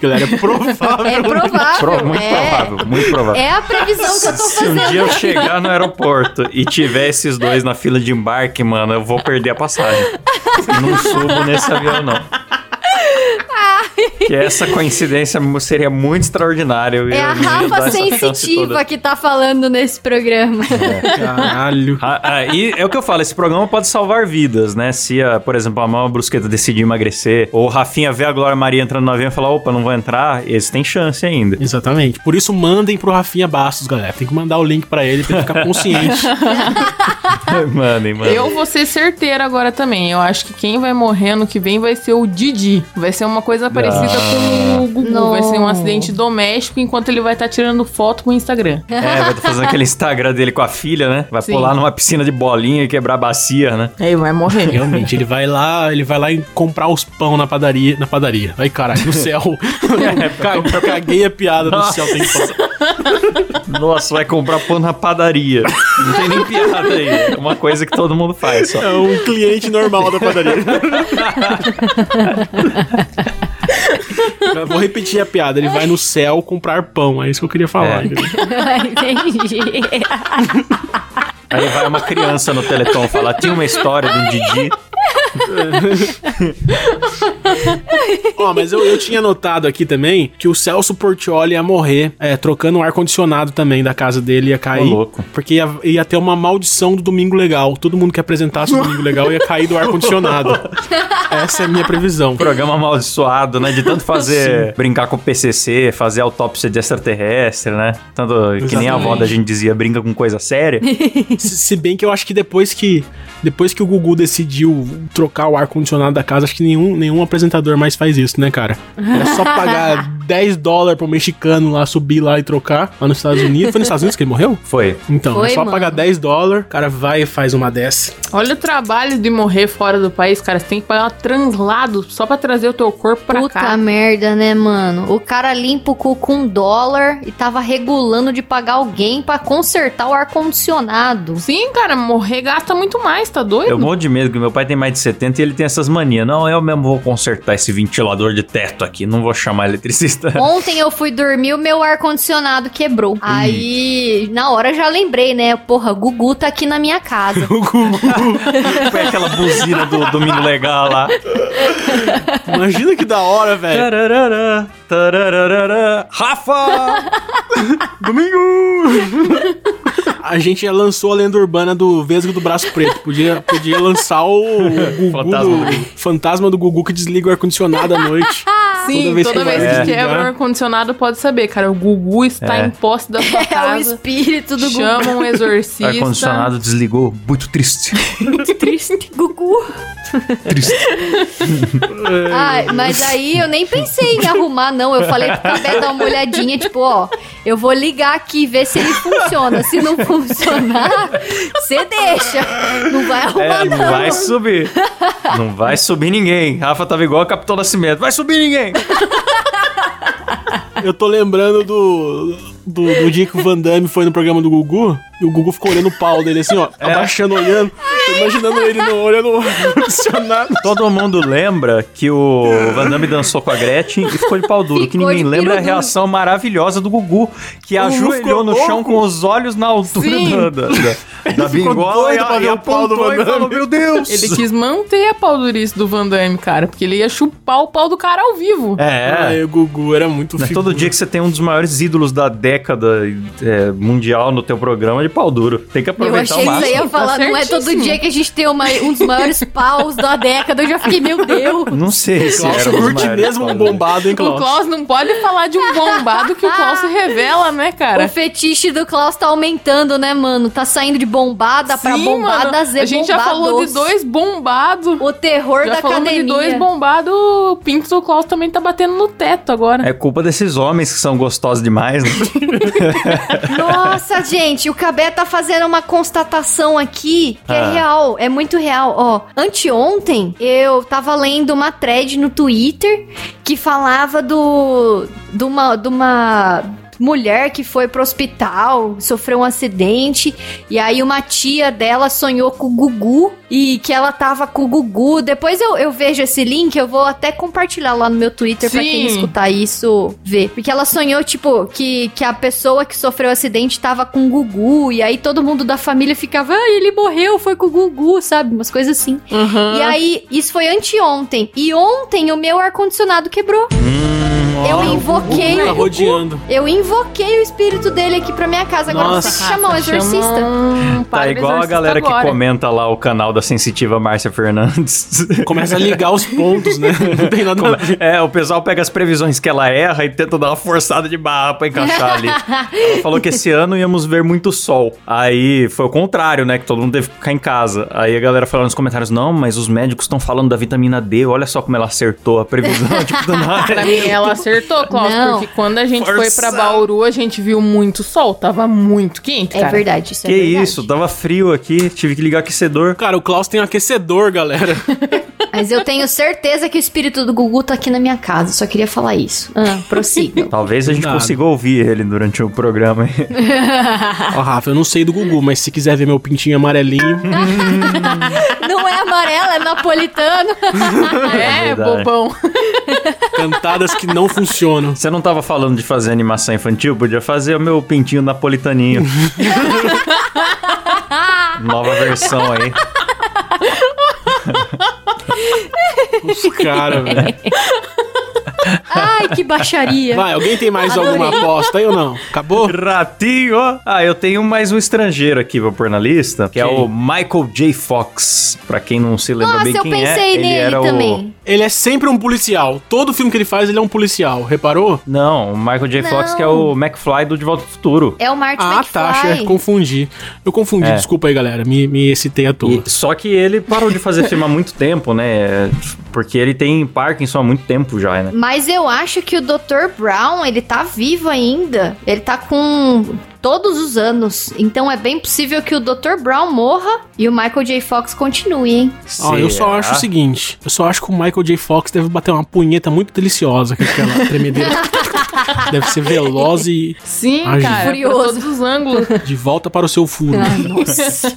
Speaker 1: (laughs)
Speaker 2: galera. É provável.
Speaker 3: É provável.
Speaker 1: Pro- muito
Speaker 3: é.
Speaker 1: provável, muito provável.
Speaker 3: É a previsão que eu tô
Speaker 1: Se um
Speaker 3: fazendo.
Speaker 1: dia eu chegar no aeroporto e tiver esses dois na fila de embarque, mano, eu vou perder a passagem. Não subo nesse avião, não. Que essa coincidência seria muito extraordinária. eu
Speaker 3: É
Speaker 1: ia
Speaker 3: a
Speaker 1: me dar
Speaker 3: Rafa
Speaker 1: essa chance toda.
Speaker 3: sensitiva que tá falando nesse programa.
Speaker 1: É,
Speaker 2: Caralho.
Speaker 1: Ah, ah, e é o que eu falo, esse programa pode salvar vidas, né? Se, a, por exemplo, a Mama Brusqueta decidir emagrecer, ou o Rafinha vê a Glória Maria entrando no avião e falar, opa, não vou entrar, eles têm chance
Speaker 2: (laughs)
Speaker 1: ainda.
Speaker 2: Exatamente. Por isso, mandem pro Rafinha Bastos, galera. Tem que mandar o link pra ele pra ele ficar
Speaker 1: (laughs)
Speaker 2: consciente.
Speaker 1: mandem, mandem.
Speaker 4: Eu vou ser certeira agora também. Eu acho que quem vai morrer ano que vem vai ser o Didi. Vai ser uma coisa parecida com o Gugu.
Speaker 3: Não.
Speaker 4: Vai ser um acidente doméstico enquanto ele vai estar tirando foto com o Instagram.
Speaker 1: É, vai tá fazendo aquele Instagram dele com a filha, né? Vai
Speaker 4: Sim.
Speaker 1: pular numa piscina de bolinha e quebrar a bacia, né?
Speaker 4: Aí
Speaker 2: (laughs)
Speaker 4: vai morrer.
Speaker 2: Realmente, ele vai lá, ele vai lá em- comprar os pão na padaria. Na padaria. Ai, caralho,
Speaker 1: (laughs)
Speaker 2: no céu. Ca- Caguei a piada do
Speaker 1: É, Nossa.
Speaker 2: céu. Tem que passar.
Speaker 1: Nossa, vai comprar pão na padaria. Não tem nem piada aí. É uma coisa que todo mundo faz só.
Speaker 2: É um cliente (laughs) normal da padaria. Eu Vou repetir a piada. Ele vai no céu comprar pão. É isso que eu queria falar.
Speaker 1: É.
Speaker 2: entendeu?
Speaker 3: Entendi.
Speaker 1: Aí vai uma criança no Teleton falar, tinha uma história de um Didi.
Speaker 2: Ó, mas eu, eu tinha notado aqui também que o Celso Portioli ia morrer é, trocando o ar-condicionado também da casa dele, ia cair.
Speaker 1: Ô, louco.
Speaker 2: Porque ia, ia ter uma maldição do Domingo Legal. Todo mundo que apresentasse o Domingo Legal ia cair do ar-condicionado. Essa é a minha previsão.
Speaker 1: Programa amaldiçoado, né? De tanto fazer brincar com o PCC, fazer autópsia de extraterrestre, né? Tanto que nem a avó
Speaker 4: Exatamente.
Speaker 1: da gente dizia, brinca com coisa séria.
Speaker 2: Se, se bem que eu acho que depois que depois que o Gugu decidiu trocar o ar-condicionado da casa, acho que nenhum, nenhum apresentador mais faz isso, né, cara? Era só pagar 10 dólares pro mexicano lá subir lá e trocar lá nos Estados Unidos. Foi nos Estados Unidos que ele morreu?
Speaker 1: Foi.
Speaker 2: Então,
Speaker 3: Foi,
Speaker 2: é só
Speaker 3: mano.
Speaker 2: pagar 10 dólares, o cara vai e faz uma dessa.
Speaker 4: Olha o trabalho de morrer fora do país, cara. Você tem que pagar um translado só pra trazer o teu corpo pra
Speaker 3: Puta
Speaker 4: cá.
Speaker 3: merda, né, mano? O cara limpa o cu com um dólar e tava regulando de pagar alguém pra consertar o ar-condicionado.
Speaker 4: (laughs) Sim, cara, morrer gasta muito mais, tá
Speaker 1: Eu
Speaker 4: doido?
Speaker 1: morro de medo, que meu pai tem mais de 70 e ele tem essas manias. Não, eu mesmo vou consertar esse ventilador de teto aqui, não vou chamar eletricista.
Speaker 3: Ontem eu fui dormir, o meu ar-condicionado quebrou. Aí, na hora já lembrei, né? Porra, Gugu tá aqui na minha
Speaker 4: (laughs)
Speaker 3: casa.
Speaker 2: O Gugu.
Speaker 1: (laughs) Foi aquela buzina do Domingo Legal lá.
Speaker 2: Imagina que da hora, velho.
Speaker 1: Tararara, tararara, Rafa!
Speaker 2: Domingo! A gente já lançou a lenda urbana do Vesgo do Braço Preto. Podia, podia lançar o
Speaker 1: (laughs)
Speaker 2: Gugu
Speaker 1: Fantasma do
Speaker 2: do- fantasma do Gugu que desliga o ar-condicionado à noite.
Speaker 4: Sim,
Speaker 2: toda vez que vai
Speaker 4: toda vez, que,
Speaker 2: desligar.
Speaker 4: quebra o ar-condicionado, pode saber, cara. O Gugu está
Speaker 1: É.
Speaker 4: em posse da sua
Speaker 3: (laughs) É o
Speaker 4: casa.
Speaker 3: espírito do Gugu.
Speaker 4: Chama um
Speaker 1: O
Speaker 4: exorcista.
Speaker 1: ar-condicionado desligou, muito triste.
Speaker 3: Triste Gugu. (laughs) Ai, mas aí eu nem pensei em arrumar, não. Eu falei pro Cabé dar uma olhadinha, tipo, ó, eu vou ligar aqui e ver se ele funciona. Se não funcionar, você deixa. Não vai arrumar,
Speaker 1: É, não
Speaker 3: não.
Speaker 1: vai subir. Não vai subir ninguém. Rafa tava igual o Capitão Nascimento. Vai subir ninguém!
Speaker 2: Eu tô lembrando do, do, do dia que o Van Damme foi no programa do Gugu e o Gugu ficou olhando o pau dele assim, ó,
Speaker 1: É.
Speaker 2: abaixando, olhando. Tô imaginando ele no, olhando o ar-condicionado.
Speaker 1: Todo mundo lembra que o Van Damme dançou com a Gretchen e ficou de pau duro. O que
Speaker 3: Ficou
Speaker 1: ninguém
Speaker 3: de
Speaker 1: lembra é a
Speaker 3: pirudu.
Speaker 1: reação maravilhosa do Gugu, que ajoelhou
Speaker 2: ficou
Speaker 1: no
Speaker 2: louco.
Speaker 1: chão com os olhos na altura
Speaker 4: Sim.
Speaker 1: da, da, da- da bingola e,
Speaker 2: doido pra
Speaker 1: e
Speaker 2: ver o pau do
Speaker 1: apontou
Speaker 2: Van
Speaker 1: e falou,
Speaker 2: Damme.
Speaker 1: meu Deus!
Speaker 4: Ele quis manter a pau durice do Van Damme, cara, porque ele ia chupar o pau do cara ao vivo.
Speaker 1: É,
Speaker 2: Ai, o Gugu era muito
Speaker 1: Não é
Speaker 2: figura.
Speaker 1: todo dia que você tem um dos maiores ídolos da década é, mundial no teu programa é de pau duro. Tem que
Speaker 3: Eu
Speaker 1: aproveitar
Speaker 3: achei
Speaker 1: o
Speaker 3: que você
Speaker 1: máximo.
Speaker 3: ia
Speaker 4: Tá
Speaker 3: falar, não é todo
Speaker 4: certíssimo.
Speaker 3: dia que a gente tem uma- um dos maiores paus da década. Eu já fiquei, meu Deus.
Speaker 1: Não sei se
Speaker 2: Klaus
Speaker 1: era um dos
Speaker 2: curte
Speaker 1: maiores
Speaker 2: mesmo um
Speaker 1: pau duro.
Speaker 2: bombado, hein,
Speaker 4: O
Speaker 2: Klaus?
Speaker 4: Klaus não pode falar de um bombado que o Klaus se revela, né,
Speaker 3: O
Speaker 4: cara?
Speaker 3: fetiche do Klaus tá aumentando, né, mano? Tá saindo de bombada tá pra
Speaker 4: Sim,
Speaker 3: bombada
Speaker 4: mano,
Speaker 3: Z
Speaker 4: A gente já falou de
Speaker 3: bombados.
Speaker 4: dois bombados.
Speaker 3: O terror da
Speaker 4: Já falamos
Speaker 3: academia.
Speaker 4: de dois bombados. O pinto do Klaus também tá batendo no teto agora.
Speaker 1: É culpa desses homens que são gostosos demais, né?
Speaker 3: Nossa, gente, o Cabé tá fazendo uma constatação aqui que
Speaker 1: Ah.
Speaker 3: é real, é muito real. Ó, anteontem eu tava lendo uma thread no Twitter que falava do. de uma. De uma mulher que foi pro hospital, sofreu um acidente, e aí uma tia dela sonhou com o Gugu e que ela tava com o Gugu. Depois eu, eu vejo esse link, eu vou até compartilhar lá no meu Twitter pra
Speaker 4: Sim.
Speaker 3: quem escutar isso ver. Porque ela sonhou, tipo, que, que a pessoa que sofreu o acidente tava com o Gugu, e aí todo mundo da família ficava, ah, ele morreu, foi com o Gugu, sabe? Umas coisas assim.
Speaker 4: Uhum.
Speaker 3: E aí, isso foi anteontem. E ontem o meu ar-condicionado quebrou.
Speaker 2: Hum,
Speaker 3: eu invoquei.
Speaker 2: Tá rodeando.
Speaker 3: Eu invoquei o espírito dele aqui pra minha casa. Agora
Speaker 2: Nossa.
Speaker 3: você tem que chamar um exorcista.
Speaker 4: Chama um
Speaker 1: Tá
Speaker 4: padre
Speaker 1: igual a
Speaker 4: exorcista
Speaker 1: galera
Speaker 4: agora.
Speaker 1: que comenta lá o canal da sensitiva Márcia Fernandes.
Speaker 2: Começa a ligar os pontos,
Speaker 1: (laughs)
Speaker 2: né? Não tem nada a ver.
Speaker 1: É, o pessoal pega as previsões que ela erra e tenta dar uma forçada de barra pra encaixar ali. Ela falou que esse ano íamos ver muito sol. Aí foi o contrário, né? Que todo mundo teve que ficar em casa. Aí a galera falou nos comentários: não, mas os médicos estão falando da vitamina D, olha só como ela acertou a previsão. (laughs) tipo, do nada.
Speaker 4: Pra mim, ela acertou, Klaus,
Speaker 3: Não.
Speaker 4: porque quando a gente foi pra
Speaker 1: Forçado.
Speaker 4: Bauru, a gente viu muito sol, tava muito quente, cara.
Speaker 3: É verdade, isso é
Speaker 1: que
Speaker 3: verdade.
Speaker 1: isso, tava frio aqui, tive que ligar o aquecedor.
Speaker 2: Cara, o Klaus tem um aquecedor, galera.
Speaker 3: Mas eu tenho certeza que o espírito do Gugu tá aqui na minha casa. Só queria falar isso. Ah, (laughs) prossiga.
Speaker 1: Talvez a gente
Speaker 2: Nada.
Speaker 1: consiga ouvir ele durante o programa.
Speaker 2: Ó, Rafa, eu não sei do Gugu, mas se quiser ver meu pintinho amarelinho,
Speaker 3: Não é amarelo, é napolitano.
Speaker 4: É,
Speaker 1: verdade.
Speaker 3: (laughs)
Speaker 4: bobão.
Speaker 2: cantadas que não funcionam.
Speaker 1: Você não tava falando de fazer animação infantil? Podia fazer o meu pintinho napolitaninho.
Speaker 3: (laughs)
Speaker 1: Nova versão aí.
Speaker 2: Os caras, velho.
Speaker 3: Ai, que baixaria.
Speaker 2: Vai, alguém tem mais alguma aposta aí ou não? Acabou?
Speaker 1: Ratinho! Ah, eu tenho mais um estrangeiro aqui pra pôr na lista, que é
Speaker 2: Quem?
Speaker 1: o Michael J. Fox. Pra quem não se lembra
Speaker 3: Nossa,
Speaker 1: bem
Speaker 3: eu
Speaker 1: quem é,
Speaker 3: pensei
Speaker 1: ele
Speaker 3: nele
Speaker 1: era o...
Speaker 3: também.
Speaker 2: Ele é sempre um policial. Todo filme que ele faz, ele é um policial. Reparou?
Speaker 1: Não, o Michael J. Fox
Speaker 3: Não.
Speaker 1: que é o McFly do De Volta pro Futuro.
Speaker 3: É o Martin
Speaker 2: Ah,
Speaker 3: McFly.
Speaker 2: tá, achei, confundi. Eu confundi,
Speaker 1: É.
Speaker 2: desculpa aí, galera. Me, me excitei à toa.
Speaker 1: E- só que ele parou de fazer filme há muito tempo, né? Porque ele tem Parkinson há muito tempo já, né?
Speaker 3: Mas eu acho que o Dr. Brown, ele tá vivo ainda. Ele tá com todos os anos. Então é bem possível que o Dr. Brown morra e o Michael J. Fox continue, hein?
Speaker 2: Ó, eu só
Speaker 1: Será?
Speaker 2: acho o seguinte: eu só acho que o Michael J. Fox deve bater uma punheta muito deliciosa com aquela tremedeira. deve ser veloz e
Speaker 4: Sim,
Speaker 2: Ai,
Speaker 4: cara, por
Speaker 3: Furioso.
Speaker 4: todos os ângulos.
Speaker 2: de volta para o seu furo.
Speaker 3: Tá. nossa.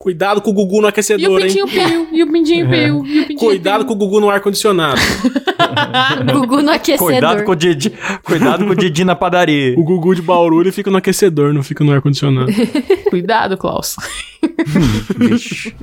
Speaker 2: Cuidado com o Gugu no
Speaker 4: E o um
Speaker 2: aquecedor, hein?
Speaker 4: pintinho piu, e o pintinho piu, e o pintinho
Speaker 2: Cuidado com o Gugu no ar-condicionado.
Speaker 3: Gugu no aquecedor.
Speaker 1: Cuidado com o Didi. Cuidado com o Didi na padaria.
Speaker 2: O Gugu de Bauru, ele fica no aquecedor, não fica no ar-condicionado.
Speaker 4: piu. Cuidado, Klaus.
Speaker 1: Vixe.